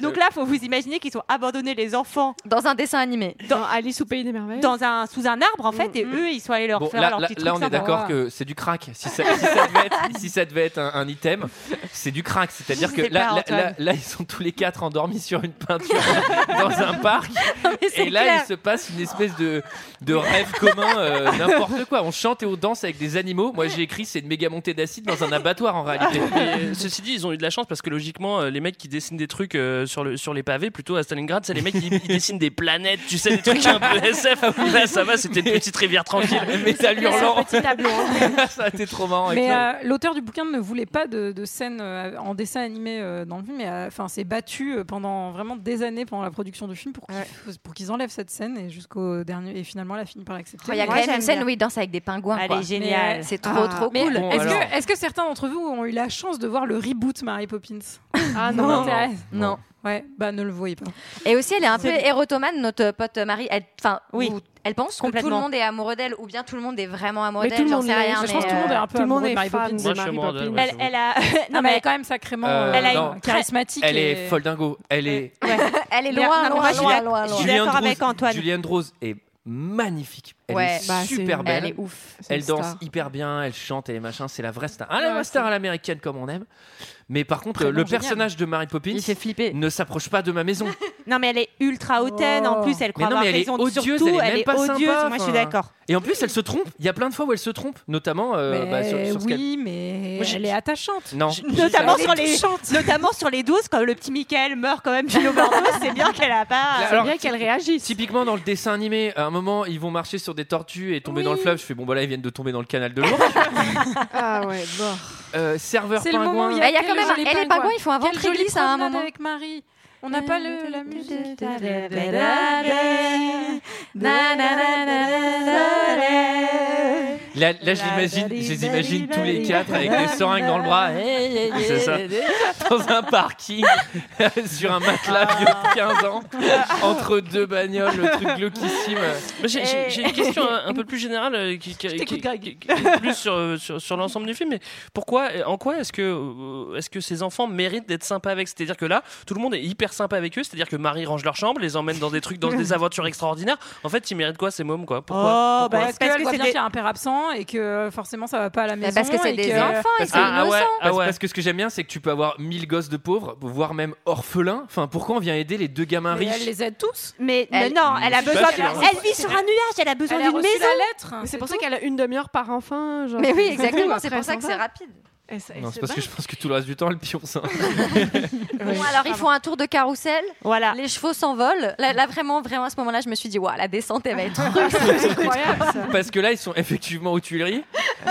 donc là, faut vous imaginer qu'ils sont abandonnés les enfants dans un dessin animé, dans Alice au pays des merveilles, dans un sous un arbre en fait, et eux, ils sont allés leur Mm, Bon, faire là, leur là- petit là, truc on est sympa. d'accord que c'est du crack. Si ça, si ça devait être, si ça devait être un, un item, c'est du crack. C'est-à-dire Je que sais là, pas, là, Antoine. là- là, ils sont tous les quatre endormis sur une peinture dans un parc. c'est Et là, clair. il se passe une espèce de, de rêve commun, euh, n'importe quoi. On chante et on danse avec des animaux. Moi, j'ai écrit, c'est une méga montée d'acide dans un abattoir en réalité. Mais, euh, ceci dit, ils ont eu de la chance parce que logiquement, euh, les mecs qui dessinent des trucs euh, sur, le, sur les pavés, plutôt à Stalingrad, c'est les mecs qui qui dessinent des planètes, tu sais, des trucs un peu SF. Là, ça va, c'était une petite rivière tranquille. Ah Mais ça hurlant. Petit tableau. ça a été trop marrant. avec Mais ça. euh, l'auteur du bouquin ne voulait pas de, de scène euh, en dessin animé euh, dans le film, mais euh, enfin s'est battu euh, pendant vraiment des années pendant la production du film pour qu'ils pour qu'ils enlèvent cette scène et jusqu'au dernier et finalement elle a fini par l'accepter. Oh, il y a quand même une scène où il danse avec des pingouins. Elle quoi. est géniale. Mais, euh, C'est trop Ah. trop Mais cool. Est-ce que, est-ce que certains d'entre vous ont eu la chance de voir le reboot Mary Poppins Ah non. Non. non. Ouais, bah ne le voyez pas. Et aussi, elle est un peu érotomane, notre pote Marie. Elle, enfin, Oui. ou- elle pense que tout le Complètement. monde est amoureux d'elle, ou bien tout le monde est vraiment amoureux Mais tout d'elle. le J'en monde sais l'est. rien. Je mais, pense que tout le euh, monde est un peu tout le monde amoureux de est Mary fan Poppins. Moi, de je suis Mary amoureux d'elle, Poppins. ouais, Elle, elle a Non, mais elle est quand même sacrément euh, elle a non. une charismatique. Elle et- Ah, est folle dingo. Elle est. Elle est Mais- loin, non, mais loin, moi, je suis loin, d'ac- loin, je loin. suis Julianne d'accord avec Drose- Antoine. Julianne Drose est magnifique. Elle Ouais. est Bah, c'est- super belle. Elle est ouf. Elle une danse star. hyper bien, elle chante et machin, c'est la vraie star. Ah, la Ouais, vraie star à l'américaine comme on aime. Mais par contre, Vraiment le génial. personnage de Mary Poppins ne s'approche pas de ma maison. Non, mais elle est ultra hautaine. En plus, elle mais croit non, avoir mais elle est raison de odieuse, sur tout. elle est même pas odieuse. sympa. Moi, je suis enfin. d'accord. Et en plus, elle se trompe. Il y a plein de fois où elle se trompe, notamment euh, Mais bah, sur, sur ce qu'elle- oui, mais Moi, j'ai- elle est attachante. Non. Notamment Elle est sur, les, touchante. notamment sur les doses, quand le petit Michael meurt quand même d'une overdose, c'est Ah, bien qu'elle a pas. Alors, qu'elle réagisse. Typiquement dans le dessin animé, à un moment ils vont marcher sur des tortues et tomber dans le fleuve. Je fais bon bah là ils viennent de tomber dans le canal de l'eau. Euh, Ah ouais, bon. serveur C'est le moment pingouin. où il y Bah, a, il y a quel quand même un- joli elle est pingouin. pingouin, il faut un Quel ventre joli glisse à un promenade moment. avec Marie. On n'a pas le, la musique. Là, là, je l'imagine, je les imagine tous les quatre avec des seringues dans le bras. Eh, C'est ça. eh. Dans un parking, sur un matelas vieux de 15 ans, entre deux bagnoles, le truc glauquissime. Mais J'ai j'ai- j'ai Eh. une question un, un peu plus générale euh, qui, qui- qui- qui- qui est plus sur, euh, sur, sur l'ensemble du film. Mais pourquoi, euh, en quoi est-ce que, euh, est-ce que ces enfants méritent d'être sympas avec C'est-à-dire que là, tout le monde est hyper sympa avec eux. C'est-à-dire que Marie range leur chambre, les emmène dans des trucs, dans des aventures extraordinaires. En fait, ils méritent quoi ces mômes quoi Pourquoi, Oh, Pourquoi bah, Parce qu'elle que voit c'est bien des- qu'il y a un père absent et que euh, forcément ça va pas à la maison. Bah, parce que c'est et des enfants, ils sont Ah, ah ouais, innocents. ah Parce, ouais. parce que ce que j'aime bien, c'est que tu peux avoir 1000 gosses de pauvres, voire même orphelins. Enfin, pourquoi on vient aider les deux gamins Mais elle riches les aide tous. Mais mais Elle- non, elle a Je suis besoin. pas sûr. d'une- Elle vit sur un nuage, elle a besoin Elle a d'une reçu maison. la lettre. Mais c'est pour tout. ça qu'elle a une demi-heure par enfant. genre. Mais oui, exactement, c'est Après, pour ça que elle s'en c'est va. rapide. Elle s- elle Non, se c'est parce bat. que je pense que tout le reste du temps, elle pionce. hein. Bon, alors ils font un tour de carrousel, Voilà. les chevaux s'envolent. Là, là, vraiment, vraiment, à ce moment-là, je me suis dit, waouh, la descente, elle va être russe. incroyable. ça. Parce que là, ils sont effectivement aux Tuileries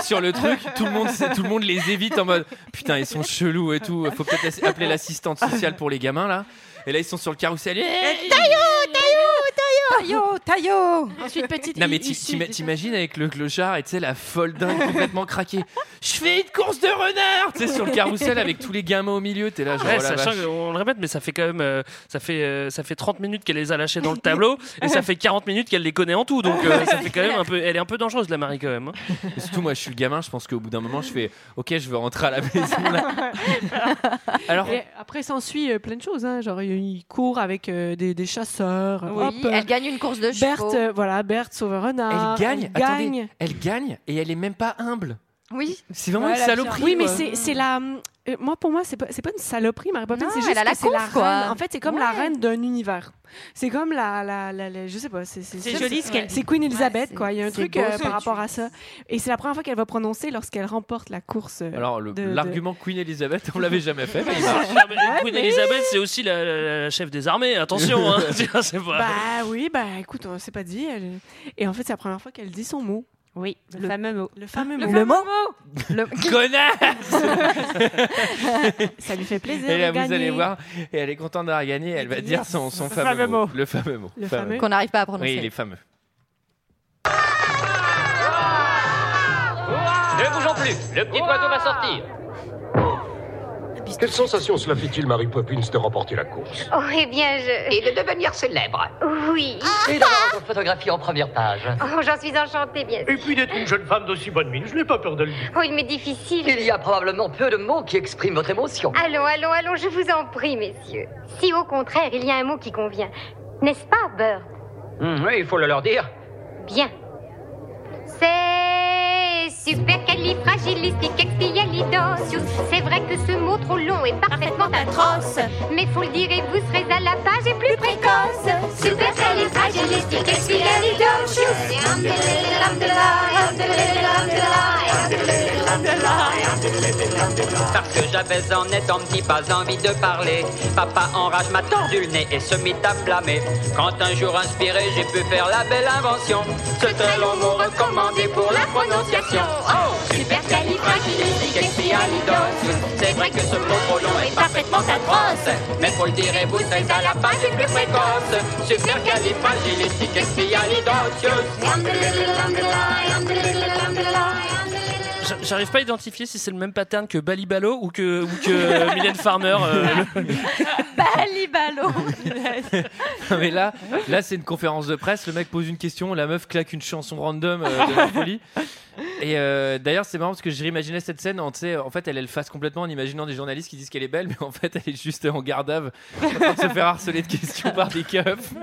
sur le truc. Tout le monde, sait- tout le monde les évite en mode putain, ils sont chelous et tout. Faut peut-être ass- appeler Euh, l'assistante sociale pour les gamins là. Et là, ils sont sur le carrousel. Eh, Taillot, taillot, Taillot, taillot Ensuite, petite. Non mais i- t'i- issue t'ima- du- t'imagines avec le clochard et tu sais la folle dingue complètement craquée. Je fais une course de renard, tu sais sur le carrousel avec tous les gamins au milieu, t'es là genre Ouais, oh la sachant vache. qu'on le répète, mais ça fait quand même euh, ça fait euh, ça fait 30 minutes qu'elle les a lâchés dans le tableau et ça fait 40 minutes qu'elle les connaît en tout, donc euh, ça fait quand même un peu elle est un peu dangereuse la Marie quand même. hein. Et surtout moi je suis le gamin, je pense qu'au bout d'un moment je fais OK, je veux rentrer à la maison là. Alors Et après, s'ensuit euh, plein de choses. hein. Genre, il court avec euh, des, des chasseurs. Oui, elle gagne une course de Berthe, chevaux. euh, voilà, Berthe sauve un renard. elle gagne, Elle attendez, gagne. elle gagne et elle est même pas humble. Oui. C'est vraiment Ouais, une la saloperie. pire. Oui, mais quoi. c'est c'est la. euh, moi, pour moi, c'est pas, c'est pas une saloperie, Marie Poppins. Non, C'est elle juste a la que c'est la conf, quoi. reine. En fait, c'est comme la Ouais. reine d'un univers. C'est comme la, la, la- la- Je sais pas. C'est C'est joli, ce qu'elle C'est Queen Elizabeth, quoi. Il y a un c'est truc beau, euh, ce que par rapport à ça. Et c'est la première fois qu'elle va prononcer lorsqu'elle remporte la course. euh, Alors le- de- de- l'argument Queen Elizabeth, on l'avait jamais fait. mais il marche. Ah, mais Queen Elizabeth, c'est aussi la, la- la chef des armées, attention. hein. C'est pas- Bah oui, bah écoute, on s'est pas dit. elle- Et en fait, c'est la première fois qu'elle dit son mot. Oui, le, fameux mot. Le fameux Le mot. fameux Connasse Ça lui fait plaisir. Et là, de Eh vous allez gagner. voir, et elle est contente d'avoir gagné, elle va dire son, son Le fameux, fameux mot. mot. Le fameux mot. Le fameux. Qu'on n'arrive pas à prononcer. Oui, il est fameux. Ne bougeons plus, le petit oiseau va sortir. Quelle sensation cela fit-il, Mary Poppins, de remporter la course Oh, eh bien, je. Et de devenir célèbre. Ah, Oui. Et d'avoir votre photographie en première page. Oh, j'en suis enchantée, bien sûr. Et puis d'être une jeune femme d'aussi bonne mine, je n'ai pas peur de le dire. Oh, il m'est difficile. Il y a probablement peu de mots qui expriment votre émotion. Allons, allons, allons, je vous en prie, messieurs. Si au contraire, il y a un mot qui convient. N'est-ce pas, Beurre Hum, oui, il faut le leur dire. Bien. C'est supercalifragilisticexpialidocious. C'est vrai que ce mot trop long est parfaitement atroce. Mais faut le dire et vous serez à la page et plus précoce. Supercalifragilisticexpialidocious. Parce que j'avais en étant petit pas envie de parler. Papa en rage m'a tordu le nez et se mit à blâmer. Quand un jour inspiré, j'ai pu faire la belle invention. Ce très long mot recommandé pour la prononciation. Oh, supercalifragilisticexpialidocious. C'est vrai que ce mot trop long est parfaitement atroce. Mais faut le dire et vous serez à la page et plus précoce. Supercalifragilisticexpialidocious. J'a- J'arrive pas à identifier si c'est le même pattern que Balibalo ou que, ou que euh, Mylène Farmer. euh, le- Balibalo Non, mais là, là c'est une conférence de presse, le mec pose une question, la meuf claque une chanson random euh, de la folie. Et euh, d'ailleurs, c'est marrant parce que je réimaginais cette scène, en, tu sais, en fait, elle, elle fasse complètement en imaginant des journalistes qui disent qu'elle est belle, mais en fait, elle est juste en garde-ave, en train de se faire harceler de questions par des keufs.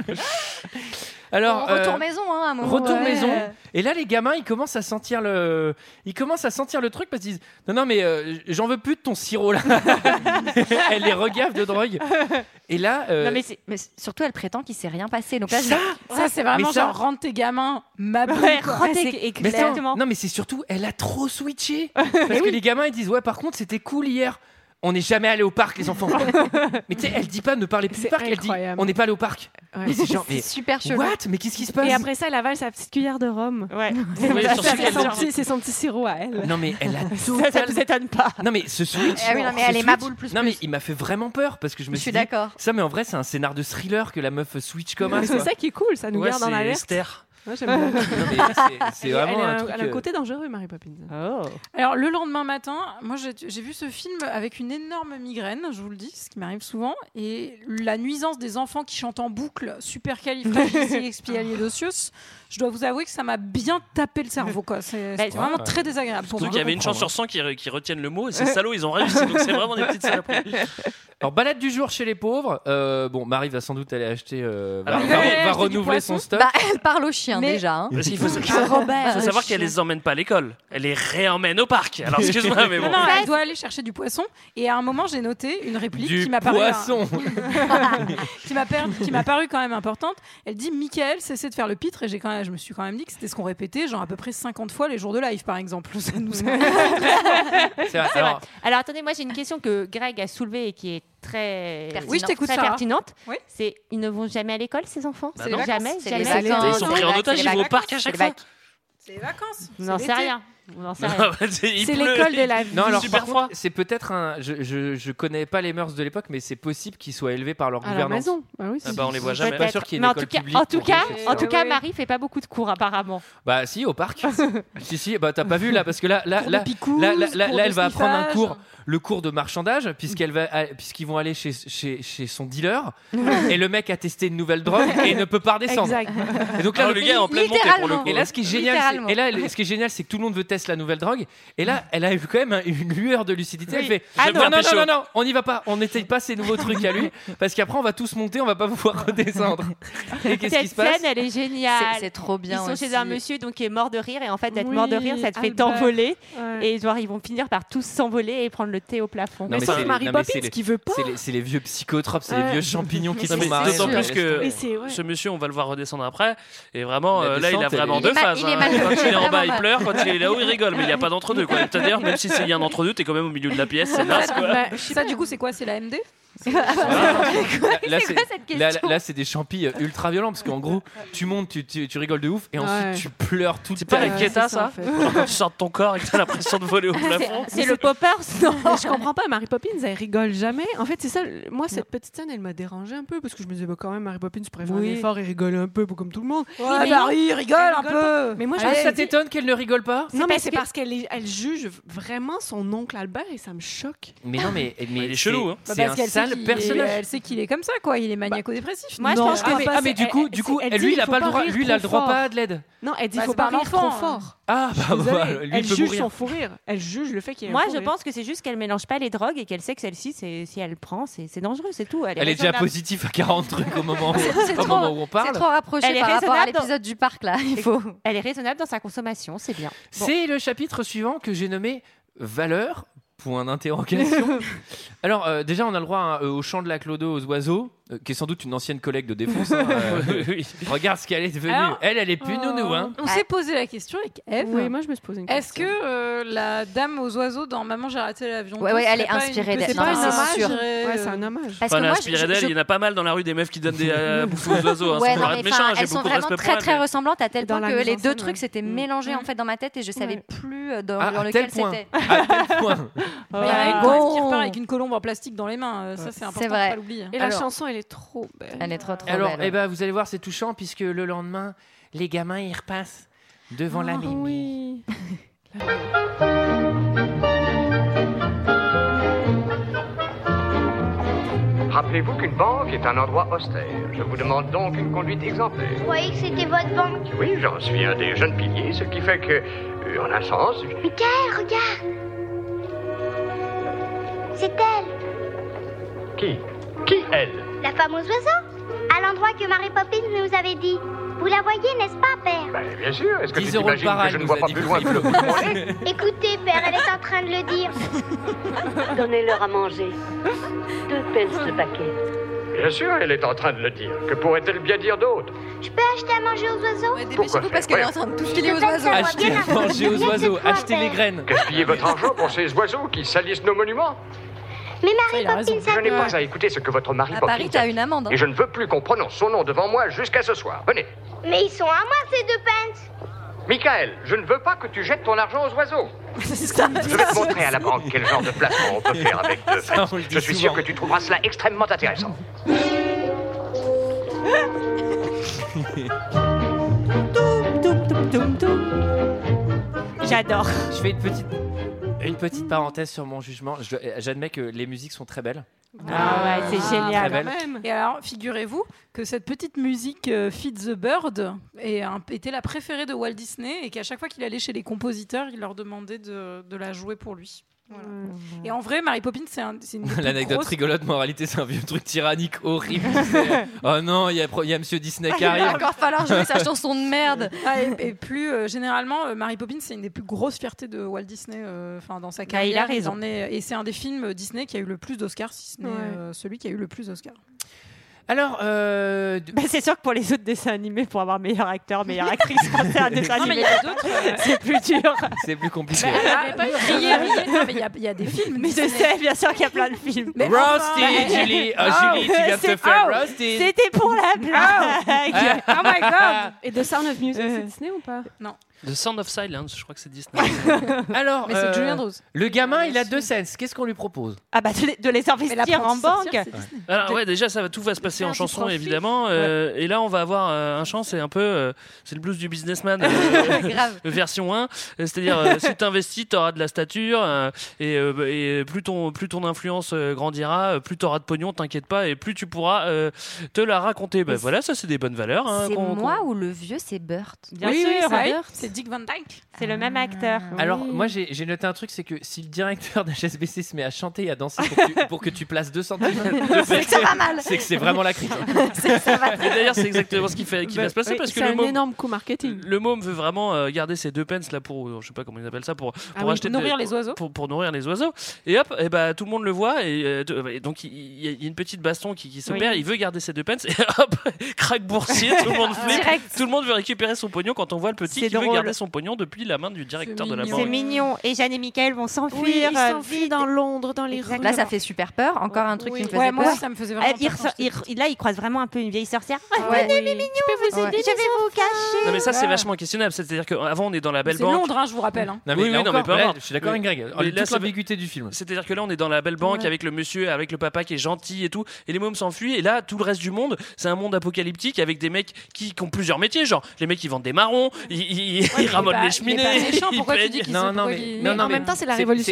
Alors, Bon, retour euh, maison, hein, à un moment. Retour Ouais. maison. Et là, les gamins, ils commencent à sentir le, ils commencent à sentir le truc parce qu'ils disent non, non, mais euh, j'en veux plus de ton sirop là. Elle les regaffe de drogue. Et là, euh, Non, mais, c'est- mais c'est- surtout, elle prétend qu'il s'est rien passé. Donc là, je- Ça Ça, c'est vraiment Mais ça- genre rentre tes gamins, ma Ah bah boule. Ouais, quoi. rentre Ouais, tes- c'est- et- mais attends, Exactement. non, mais c'est surtout, elle a trop switché parce que les gamins, ils disent ouais, par contre, c'était cool hier. On n'est jamais allé au parc, les enfants. mais tu sais, elle dit pas ne parlez plus du parc. Elle dit on n'est pas allé au parc. Mais c'est genre, mais super chelou. What Mais qu'est-ce qui se passe Et après ça, elle avale sa petite cuillère de rhum. Ouais. Oui, surtout c'est qu'elle son, dort. petit- c'est son petit sirop à elle. Non mais elle a Ça, ça vous étonne pas. Non mais ce switch. Eh oui, non, mais ce elle est ma switch- boule plus Non mais il m'a fait vraiment peur parce que je me Je suis suis dit, d'accord. Ça mais en vrai c'est un scénar de thriller que la meuf switch comme Mais un. c'est ça qui est cool, ça nous Ouais, garde en c'est alerte. Esther. Moi, j'aime bien. Non, mais c'est- c'est Elle est- vraiment elle a un un- truc, Elle a euh, un côté dangereux, Marie Poppins. Alors, le lendemain matin, moi, j'ai j'ai vu ce film avec une énorme migraine, je vous le dis, ce qui m'arrive souvent. Et la nuisance des enfants qui chantent en boucle supercalifragilisticexpialidocious, je dois vous avouer que ça m'a bien tapé le cerveau. quoi. C'est c'était ouais. vraiment très désagréable pour Surtout moi. qu'il y avait une chance sur 100 qui, re- qui retiennent le mot et ces salauds, ils ont réussi. Donc c'est vraiment des petites saloperies. Alors balade du jour chez les pauvres. Euh, bon Marie va sans doute aller acheter. euh, va, Alors, ouais, va- va acheter du renouveler poisson. son stock. Bah, elle parle au chien déjà. hein. Parce qu'il faut, sa- Ah, Robert, il faut savoir le qu'elle chien. les emmène pas à l'école. Elle les réemmène au parc. Alors excuse-moi, mais bon. Non, non, elle doit aller chercher du poisson. Et à un moment, j'ai noté une réplique Du qui m'a paru, poisson. qui m'a per- qui m'a paru quand même importante. Elle dit Michael, cessez de faire le pitre. Et j'ai quand même, je me suis quand même dit que c'était ce qu'on répétait, genre à peu près 50 fois les jours de live, par exemple. Ça nous C'est vrai. C'est vrai. Alors, Alors attendez, moi j'ai une question que Greg a soulevée et qui est très, Pertinente. Oui, je t'écoute, très Sarah. pertinente. C'est ils ne vont jamais à l'école ces enfants. Bah C'est les non. vacances, jamais, c'est Ah, jamais. bah, les vacances. Ils sont pris en otage, ils vont au parc à chaque fois. C'est les vacances. N'en c'est sais l'été. rien. On en sait rien. bah, C'est Non, alors par contre, c'est peut-être un. Je, je, je connais pas les mœurs de l'époque, mais c'est possible qu'ils soient élevés par leur À leur gouvernance. maison. Bah oui, ah si. bah on les voit jamais. Peut-être. Pas sûr qu'il y ait une Mais en école tout cas- publique En tout pour cas, cacher ça. en tout cas, Marie fait pas beaucoup de cours apparemment. Bah si, au parc. si si, bah t'as pas vu là parce que là là Cours de là picousse, là, là, là, cours là, de Mm. elle va apprendre un sniffage. cours, le cours de marchandage puisqu'elle va à- puisqu'ils vont aller chez, chez, chez son dealer et le mec a testé une nouvelle drogue et ne peut pas redescendre. Exact. Et donc là Alors, le gars est en pleine montée, pour le Littéralement. coup. Et là ce qui est génial, Littéralement. c'est, et là le- ce qui est génial c'est que tout le monde veut tester la nouvelle drogue et là elle a eu quand même un- une lueur de lucidité, elle Oui. fait Ah ah, non. non, non, non Pécho. non non, on n'y va pas, on n'essaye pas ces nouveaux trucs à lui parce qu'après on va tous monter, on va pas pouvoir redescendre. Et qu'est-ce qui Cette se passe scène, elle est géniale. C'est- c'est trop bien Ils sont chez aussi. un monsieur donc qui est mort de rire et en fait d'être Oui, mort de rire, ça te fait Albert. t'envoler Ouais. et genre ils vont finir par tous s'envoler et prendre le thé au plafond. Non, c'est- non, mais c'est les- C'est les, c'est les vieux psychotropes, c'est les Ouais. vieux champignons qui Non, sont mais marrés. D'autant plus que Mais ce monsieur, on va le voir redescendre après. Et vraiment, La euh, là, il a descente, elle vraiment est- deux Il est mal- phases. il est hein. mal- Quand il est en vraiment bas, il mal. pleure. Quand il est là-haut, il rigole. Mais il n'y a pas d'entre-deux. quoi. C'est-à-dire, même si c'est un entre-deux, t'es quand même au milieu de la pièce. C'est naze, quoi. Ça, du coup, c'est quoi C'est la MD Ah. Là, c'est c'est quoi cette là- question là, c'est des champis ultra violents parce qu'en gros, tu montes, tu, tu- tu rigoles de ouf et ensuite Ouais. tu pleures tout C'est pas la Keta, ça Genre, Quand tu sors de ton corps et que t'as l'impression de voler au plafond. poppers, non Je comprends pas, Mary Poppins, elle rigole jamais. En fait, c'est ça, le- moi, cette petite scène, elle m'a dérangée un peu parce que je me disais, bah, quand même, Mary Poppins pourrait faire Oui. un effort et rigoler un peu pour- comme tout le monde. Ouais, Mais non, Marie, rigole elle un pas. peu. Mais moi, je Ah, me suis ça dit- t'étonne qu'elle ne rigole pas Non, mais c'est parce qu'elle est- elle juge vraiment son oncle Albert et ça me choque. Mais non, mais, mais il est c'est- chelou, hein. C'est Bah, un parce qu'elle sait sale qu'il est- personnage. Elle sait qu'il est comme ça, quoi. Il est maniaco-dépressif. Moi, je pense que- Bah, Ah, mais- ah, mais du coup- du coup, lui, il a pas le droit- lui, il a le droit pas à de l'aide. Non, elle dit, Bah, faut c'est pas pas un rire trop enfant, hein. fort. Ah, Je suis bah, voilà, désolée. lui, elle il peut juge mourir. son fou rire. Elle juge le fait qu'il y ait un Moi, fou je rire. pense que c'est juste qu'elle mélange pas les drogues et qu'elle sait que celle-ci, c'est- si elle prend, c'est c'est dangereux, c'est tout. Elle est déjà positive à 40 trucs au moment où, C'est au trop- moment où on parle. rapproché par rapport à l'épisode du parc là. il faut. Elle est raisonnable dans sa consommation, c'est bien. Bon. C'est le chapitre suivant que j'ai nommé Valeur Point d'interrogation. Alors, euh, déjà, on a le droit hein, euh, au chant de la Clodo aux oiseaux, euh, qui est sans doute une ancienne collègue de défense. hein, euh, regarde ce qu'elle est devenue. Alors, elle, elle est oh. plus nounou. Hein. Oh. On s'est posé la question avec Eve. Oui, moi, je me suis posé une Est-ce que euh, la dame aux oiseaux dans Maman, j'ai arrêté l'avion Ouais, tout, ouais, elle c'est est pas une- inspirée que d'elle. c'est Non, pas mais un c'est hommage, sûr. euh, Ouais, c'est un hommage. Parce Enfin, que elle est moi, inspirée je- d'elle, je- il y en a pas mal dans la rue des meufs qui donnent des euh, bouffes aux oiseaux. hein, Ouais, ça non, peut mais paraître méchant, enfin, j'ai elles sont beaucoup de vraiment respect pour très elles, très mais- ressemblantes à tel Dans point la mm. que mise les en deux scène, trucs s'étaient mélangés en fait dans ma tête et je savais plus euh, dans, Ah, dans à lequel tel point. c'était. À tel point. Mais il y a Ouais. quelqu'un qui Bon. repart avec une colombe en plastique dans les mains. euh, Ça, c'est important de vrai. pas l'oublier. Et la chanson, elle est trop belle. Elle est trop trop Alors, belle. eh ben, vous allez voir, c'est touchant, puisque le lendemain, les gamins, ils repassent devant Oh, la mimi. Rappelez-vous qu'une banque est un endroit austère. Je vous demande donc une conduite exemplaire. Vous croyez que c'était votre banque Oui, j'en suis un des jeunes piliers, ce qui fait que, euh, en un sens, Michael, regarde C'est elle, qui Qui elle la femme aux oiseaux À l'endroit que Mary Poppins nous avait dit. Vous la voyez, n'est-ce pas, père Ben, Bien sûr, est-ce que 10 tu euros le t'imagines que je parade, ne nous vois a pas dit plus loin que le bout de mon nez Écoutez, père, elle est en train de le dire. Donnez-leur à manger. Deux pence de paquet. Bien sûr, elle est en train de le dire. Que pourrait-elle bien dire d'autre Je peux acheter à manger aux oiseaux Ouais, dépêchez-vous, parce qu'elle est en train de tout filer aux oiseaux. Achetez à manger aux oiseaux, achetez les graines. Gaspillez votre argent pour ces oiseaux qui salissent nos monuments Mais Mary Poppins, Je n'ai pas à écouter ce que votre mari À Poppins Paris, t'as une amende. hein. Et je ne veux plus qu'on prononce son nom devant moi jusqu'à ce soir. Venez. Mais ils sont à moi, ces deux pants Michael, je ne veux pas que tu jettes ton argent aux oiseaux. Je vais te montrer à la banque quel genre de placement on peut faire avec deux Ça, pence. on le dit Je suis sûr que tu trouveras cela extrêmement intéressant. J'adore. Je fais une petite, une petite parenthèse sur mon jugement. Je dois- J'admets que les musiques sont très belles. Ah ouais, c'est Très belles. Et alors, figurez-vous que cette petite musique euh, Feed the Bird est un- était la préférée de Walt Disney et qu'à chaque fois qu'il allait chez les compositeurs, il leur demandait de, de la jouer pour lui. Voilà. Mmh. Et en vrai, Mary Poppins, c'est un, c'est une des plus L'anecdote grosses- rigolote, mais en réalité, c'est un vieux truc tyrannique horrible. C'est, oh non, il y, a pro- il y a Monsieur Disney qui Il va arrive. encore falloir jouer sa chanson de merde. Ah, et, et plus euh, généralement, euh, Mary Poppins, c'est une des plus grosses fiertés de Walt Disney euh, enfin, dans sa Bah, il carrière. a raison. euh, en est- et c'est un des films Disney qui a eu le plus d'Oscars, si ce n'est Ouais. euh, celui qui a eu le plus d'Oscars. Alors, euh, Bah, c'est sûr que pour les autres dessins animés, pour avoir meilleur acteur, meilleure actrice, quand c'est un dessin Non, mais animé, il y a d'autres, euh, c'est plus dur. C'est plus compliqué. Bah, elle avait pas eu Riez, riez. Non, mais il y a- il y, a des films. Ah, Mais je sais, bien sûr qu'il y a plein de films. Mais Rusty, enfin. Julie. Oh, Julie, tu viens de te c'est- faire Ah, oh, Rusty. C'était pour la blague. Oh my god! Et The Sound of Euh. Music, c'est Disney ou pas? Non. The Sound of Silence, je crois que c'est Disney. alors, Mais c'est euh, Julien Drouze. Le gamin, il a deux sens. Qu'est-ce qu'on lui propose Ah bah de les, de les investir en banque. Alors ouais, déjà ça va tout va se passer en chanson évidemment, euh, et là on va avoir euh, un chant, c'est un peu, euh, c'est le blues du businessman euh, Grave. version 1, Euh, c'est-à-dire euh, si t'investis t'auras de la stature euh, et, euh, et plus ton plus ton influence euh, grandira, euh, plus t'auras de pognon, t'inquiète pas, et plus tu pourras euh, te la raconter. Bah, voilà, ça c'est des bonnes valeurs. hein, C'est qu'on- moi ou le vieux, c'est Burt Ah. Bien Oui, sûr, oui, c'est ouais. Burt. C'est Dick Van Dyke. Ah. C'est le même acteur. Alors, moi, j'ai j'ai noté un truc c'est que si le directeur d'HSBC se met à chanter et à danser pour que tu, pour que tu places 2 centimes, de C'est que ça va mal. C'est que c'est vraiment la crise. Et D'ailleurs, c'est exactement ce qui, fait, qui Bah, va se passer oui, parce que c'est le un môme, énorme coup marketing. le môme veut vraiment euh, garder ses deux pence là pour, euh, je sais pas comment ils appellent ça, pour, pour oui, acheter nourrir des- les oiseaux. Pour, pour nourrir les oiseaux. Et hop, et bah, tout le monde le voit et, euh, de- et donc il il y, a- il y a une petite baston qui, qui s'opère. Oui. Il veut garder ses deux pence et hop, crack boursier, tout le monde flippe, tout le monde veut récupérer son pognon quand on voit le petit C'est qui veut drôle. garder son pognon depuis la main du directeur de la C'est banque. mignon. Et Jeanne et Michael vont s'enfuir. Oui, ils euh, s'enfuient dans Londres, dans les rues. Là, ça fait super peur. Encore un truc Oui. qui me faisait Ouais, moi peur. aussi, ça me faisait Eh, il ressort- il re- là, il croise vraiment un peu une vieille sorcière. Ah, Ouais. Venez, mes mignons, je vous aider, je vais vous cacher. Non mais ça c'est Voilà. vachement questionnable, c'est-à-dire qu'avant on est dans la belle C'est banque. Londres, hein, je vous rappelle. hein. Non, mais oui, là oui, non, encore, mais peu là, importe. je suis d'accord avec Greg. Mais Toute là, c'est- l'ambiguïté du film. C'est-à-dire que là, on est dans la belle banque Ouais. avec le monsieur, avec le papa qui est gentil et tout, et les mômes s'enfuient. Et là, tout le reste du monde, c'est un monde apocalyptique avec des mecs qui, qui ont plusieurs métiers. Genre, les mecs qui vendent des marrons, ils, ils- ils ramonent pas- les il est cheminées. pas méchant, ils pourquoi tu peignent. dis qu'ils Non, sont- non, mais- pourquoi ils- non, non, mais c'est- c'est- c'est-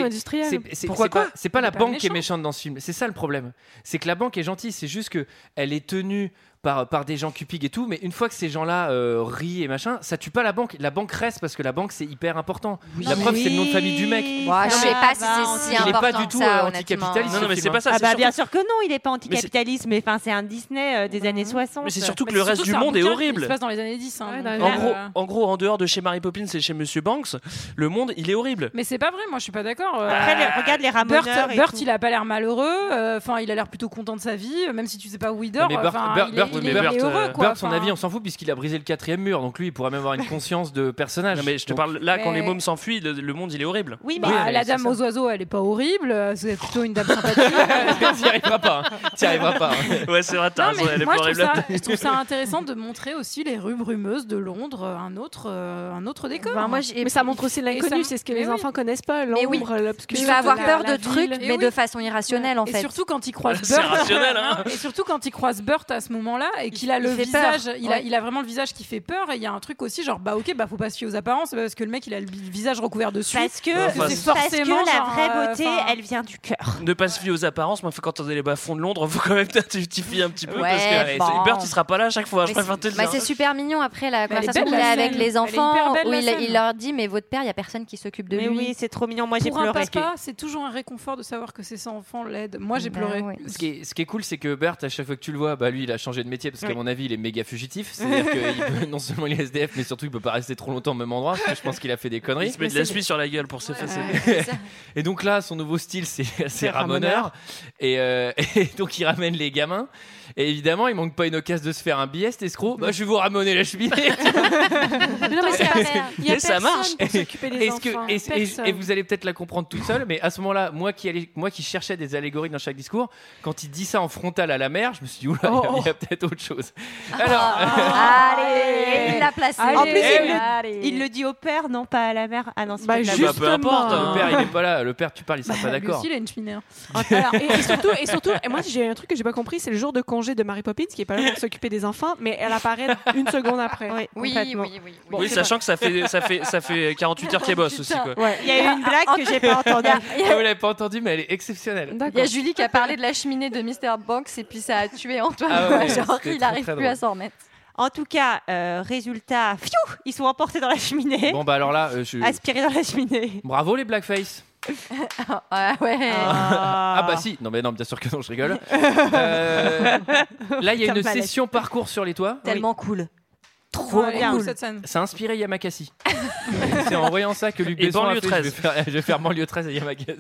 c'est- c'est pas- C'est pas la banque qui est méchante dans ce film. C'est ça le problème. C'est que la banque est gentille. C'est juste que elle est tenue par, par des gens cupides et tout. Mais une fois que ces gens-là euh, rient et machin, ça tue pas la banque. La banque reste parce que la banque c'est hyper important. la Non, preuve mais c'est le nom de famille du mec. oui, Non, je sais mais- pas Ah, si c'est si Il est pas important du que tout ça, euh, anticapitaliste. Non, non, ce mais c'est film, pas hein. ça, Ah c'est bah surtout- bien sûr que non, il est pas anticapitaliste, mais enfin c'est un Disney euh, des années 60. Bah, Mais c'est surtout que le reste du monde est Il se horrible. passe dans les années 10. hein, Ah, donc, En euh, gros, en gros, en dehors de chez Mary Poppins et chez Monsieur Banks, le monde, il est horrible. Mais c'est pas vrai, moi je suis pas d'accord. Euh, Après, les- regarde les ramoneurs Burt, et Burt, tout. il a pas l'air malheureux. euh, Enfin, il a l'air plutôt content de sa vie, euh, même si tu sais pas où il dort. Non, mais Burt- enfin, Burt- il est- Burt- il mais est- Burt, il est heureux, euh, quoi. Burt, son Enfin, avis, on s'en fout puisqu'il a brisé le quatrième mur. Donc lui, il pourrait même avoir une conscience de personnage. mais je te parle là, quand Mais- les mômes s'enfuient, le, le monde, il est horrible. Oui, mais euh, la dame aux oiseaux, elle est pas horrible. euh, C'est plutôt une dame sympathique. T'y arriveras pas. hein. T'y arriveras pas. Ah, Ouais, c'est vrai, t'as Non, raison, mais elle est moi, pas je trouve, horrible. ça, je trouve ça intéressant de montrer aussi les rues brumeuses de Londres, euh, un autre, euh, un autre décor. Ben, moi, j'ai- Mais ça montre aussi l'inconnu, c'est ce que les enfants connaissent pas, Mais oui. l'ombre, l'obscur. Tu vas avoir la- peur la de trucs, ville. mais de façon irrationnelle en Et fait. surtout quand il croise C'est Burt. rationnel, hein. Et surtout quand il croise Burt à ce moment-là et qu'il a il le fait visage, peur, il, a, ouais. il a vraiment le visage qui fait peur. Et il y a un truc aussi genre bah ok bah faut pas se fier aux apparences parce que le mec il a le bi- visage recouvert de suie. Parce que, Enfin, c'est c'est- Parce que forcément la genre, vraie euh, beauté, enfin, elle vient du cœur. Ne pas se fier aux apparences, mais enfin, quand on est les bas-fonds de Londres, faut quand même t'identifier un petit peu Ouais, parce que eh, bon. Bert il sera pas là à chaque fois. Je Mais préfère te c'est le bah, dire. c'est super mignon après la elle est conversation belle, qu'il a la avec scène. Elle les est enfants hyper belle, où la il, scène. il leur dit mais votre père il y a personne qui s'occupe de Mais lui. oui, c'est trop mignon. Moi j'ai pour un pleuré. papa, c'est toujours un réconfort de savoir que ses enfants l'aident. Moi Ben j'ai pleuré. Ce qui, est, ce qui est cool, c'est que Bert, à chaque fois que tu le vois, bah lui, il a changé de métier parce qu'à Oui. mon avis, il est méga fugitif. C'est-à-dire que il peut- non seulement il est SDF, mais surtout il peut pas rester trop longtemps au même endroit. Parce que je pense qu'il a fait des conneries. Il se met de la suie sur la gueule pour s'effacer. Et donc là, son nouveau style, c'est assez C'est ramoneur. ramoneur. Et, euh, et donc, il ramène les gamins. Et évidemment, il manque pas une occasion de se faire un billet, cet escroc. Bah, je vais vous ramonner la cheminée. Non, mais c'est pas vrai. Il y a Et ça personne marche. pour s'occuper des Est-ce que- enfants. est-ce- et- Personne. et vous allez peut-être la comprendre toute seule, mais à ce moment-là, moi qui, allais- moi qui cherchais des allégories dans chaque discours, quand il dit ça en frontal à la mer, je me suis dit, oula, il y a- il y a, Oh. peut-être autre chose. Ah. Alors, euh, Allez, il l'a placé. En plus, il, Allez. le, il le dit au père, non pas à la mère. Ah non, c'est pas Ah de bah, la peu importe, le père il est pas là, le père tu parles, il sera pas lui d'accord. aussi, Bah, il a une hein. Alors, et, et surtout, et surtout, et moi j'ai un truc que j'ai pas compris, c'est le jour de congé de Mary Poppins qui est pas là pour s'occuper des enfants, mais elle apparaît une seconde après. Oui, complètement. oui, oui, Bon, oui, c'est sachant pas- que ça fait, ça, fait, ça fait 48 heures qu'elle bosse aussi. Quoi. Ouais. Il y a eu une blague que j'ai pas entendue. Ah, Vous l'avez pas entendu, mais elle est exceptionnelle. Il y a Julie qui a parlé de la cheminée de Mr. Banks et puis ça a tué Antoine. Ah quoi. ouais, Genre, c'était il très, arrive très plus drôle. à s'en remettre. En tout cas, euh, résultat, fiou, ils sont emportés dans la cheminée, Bon bah alors là, euh, Ah, je... aspirés dans la cheminée. bravo les blackface. Ah ouais. Ah. bah si, non mais non, bien sûr que non, je rigole. Euh, Là, il y a Ça me une malaise. session parcours sur les toits. Tellement cool. Trop Ouais, bien. cool, cette Ça a inspiré Yamakasi. C'est en voyant ça que Luc Et Besson a Banlieue fait, 13. Je, vais faire, je vais faire banlieue 13 à Yamakasi.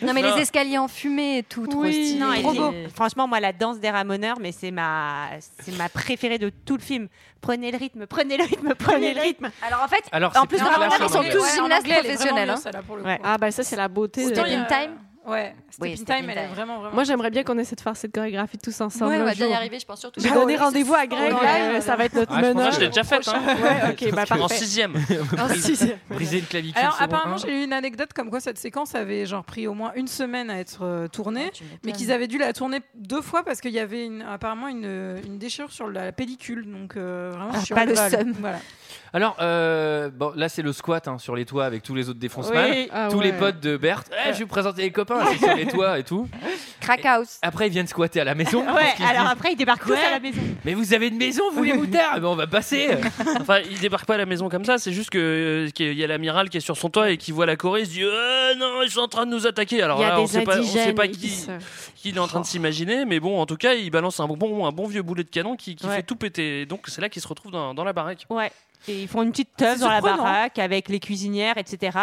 Non, mais les escaliers en fumée et tout, trop stylé. Non, et Trop puis, beau. Franchement, moi, la danse des ramoneurs, mais c'est ma, c'est ma préférée de tout le film. Prenez le rythme, prenez le rythme, prenez le rythme. Alors en fait, Alors, en c'est plus, plus les classe ramoneurs, en ils sont anglais. tous Ouais, en gymnastes anglais, elle est professionnels. vraiment hein. mieux, celle-là, pour le Ah bah ça c'est la beauté. Step in Time euh, Ouais, Step Oui, in Step in Time, elle est Time. vraiment, vraiment. Moi j'aimerais bien qu'on essaie de faire cette chorégraphie tous ensemble. Ouais, on un va bien y jour. arriver, je pense surtout. J'ai Ah donné ouais, rendez-vous à Greg, Ouais, là, ouais, ça va être notre Ah, je pense meneur. que je l'ai déjà faite. Hein. Ouais, ok, bah en parfait. sixième. En Brise- sixième. Briser une clavicule. Alors c'est bon. hein. apparemment j'ai eu une anecdote comme quoi cette séquence avait genre pris au moins une semaine à être euh, Ah, tournée, mais qu'ils avaient dû la tourner deux fois parce qu'il y avait une- apparemment une, euh, une déchirure sur la pellicule, donc euh, vraiment Ah, chiant. pas le Voilà. seum. Voilà. Alors, euh, bon, là, c'est le squat hein, sur les toits avec tous les autres défonceman. Oui. Ah tous les ouais. potes de Berthe. Eh, je vais vous présenter les copains, c'est sur les toits et tout. Crack House. Après, ils viennent squatter à la maison. Ouais, parce qu'ils alors disent, après, il débarque tous à la maison. Mais vous avez une maison, vous les moutards Eh ben, On va passer. enfin, il débarque pas à la maison comme ça, c'est juste que euh, qu'il y a l'amiral qui est sur son toit et qui voit la Corée, il se dit Euh, non, ils sont en train de nous attaquer. Alors Il y a là, on des sait pas, on sait indigènes, pas ils qui, se- qui il est en train de s'imaginer, mais bon, en tout cas, il balance un bon, un bon vieux boulet de canon qui, qui Ouais. fait tout péter. Donc c'est là qu'il se retrouve dans, dans la baraque. Ouais. Et ils font une petite teuf C'est dans la surprenant. baraque avec les cuisinières, etc.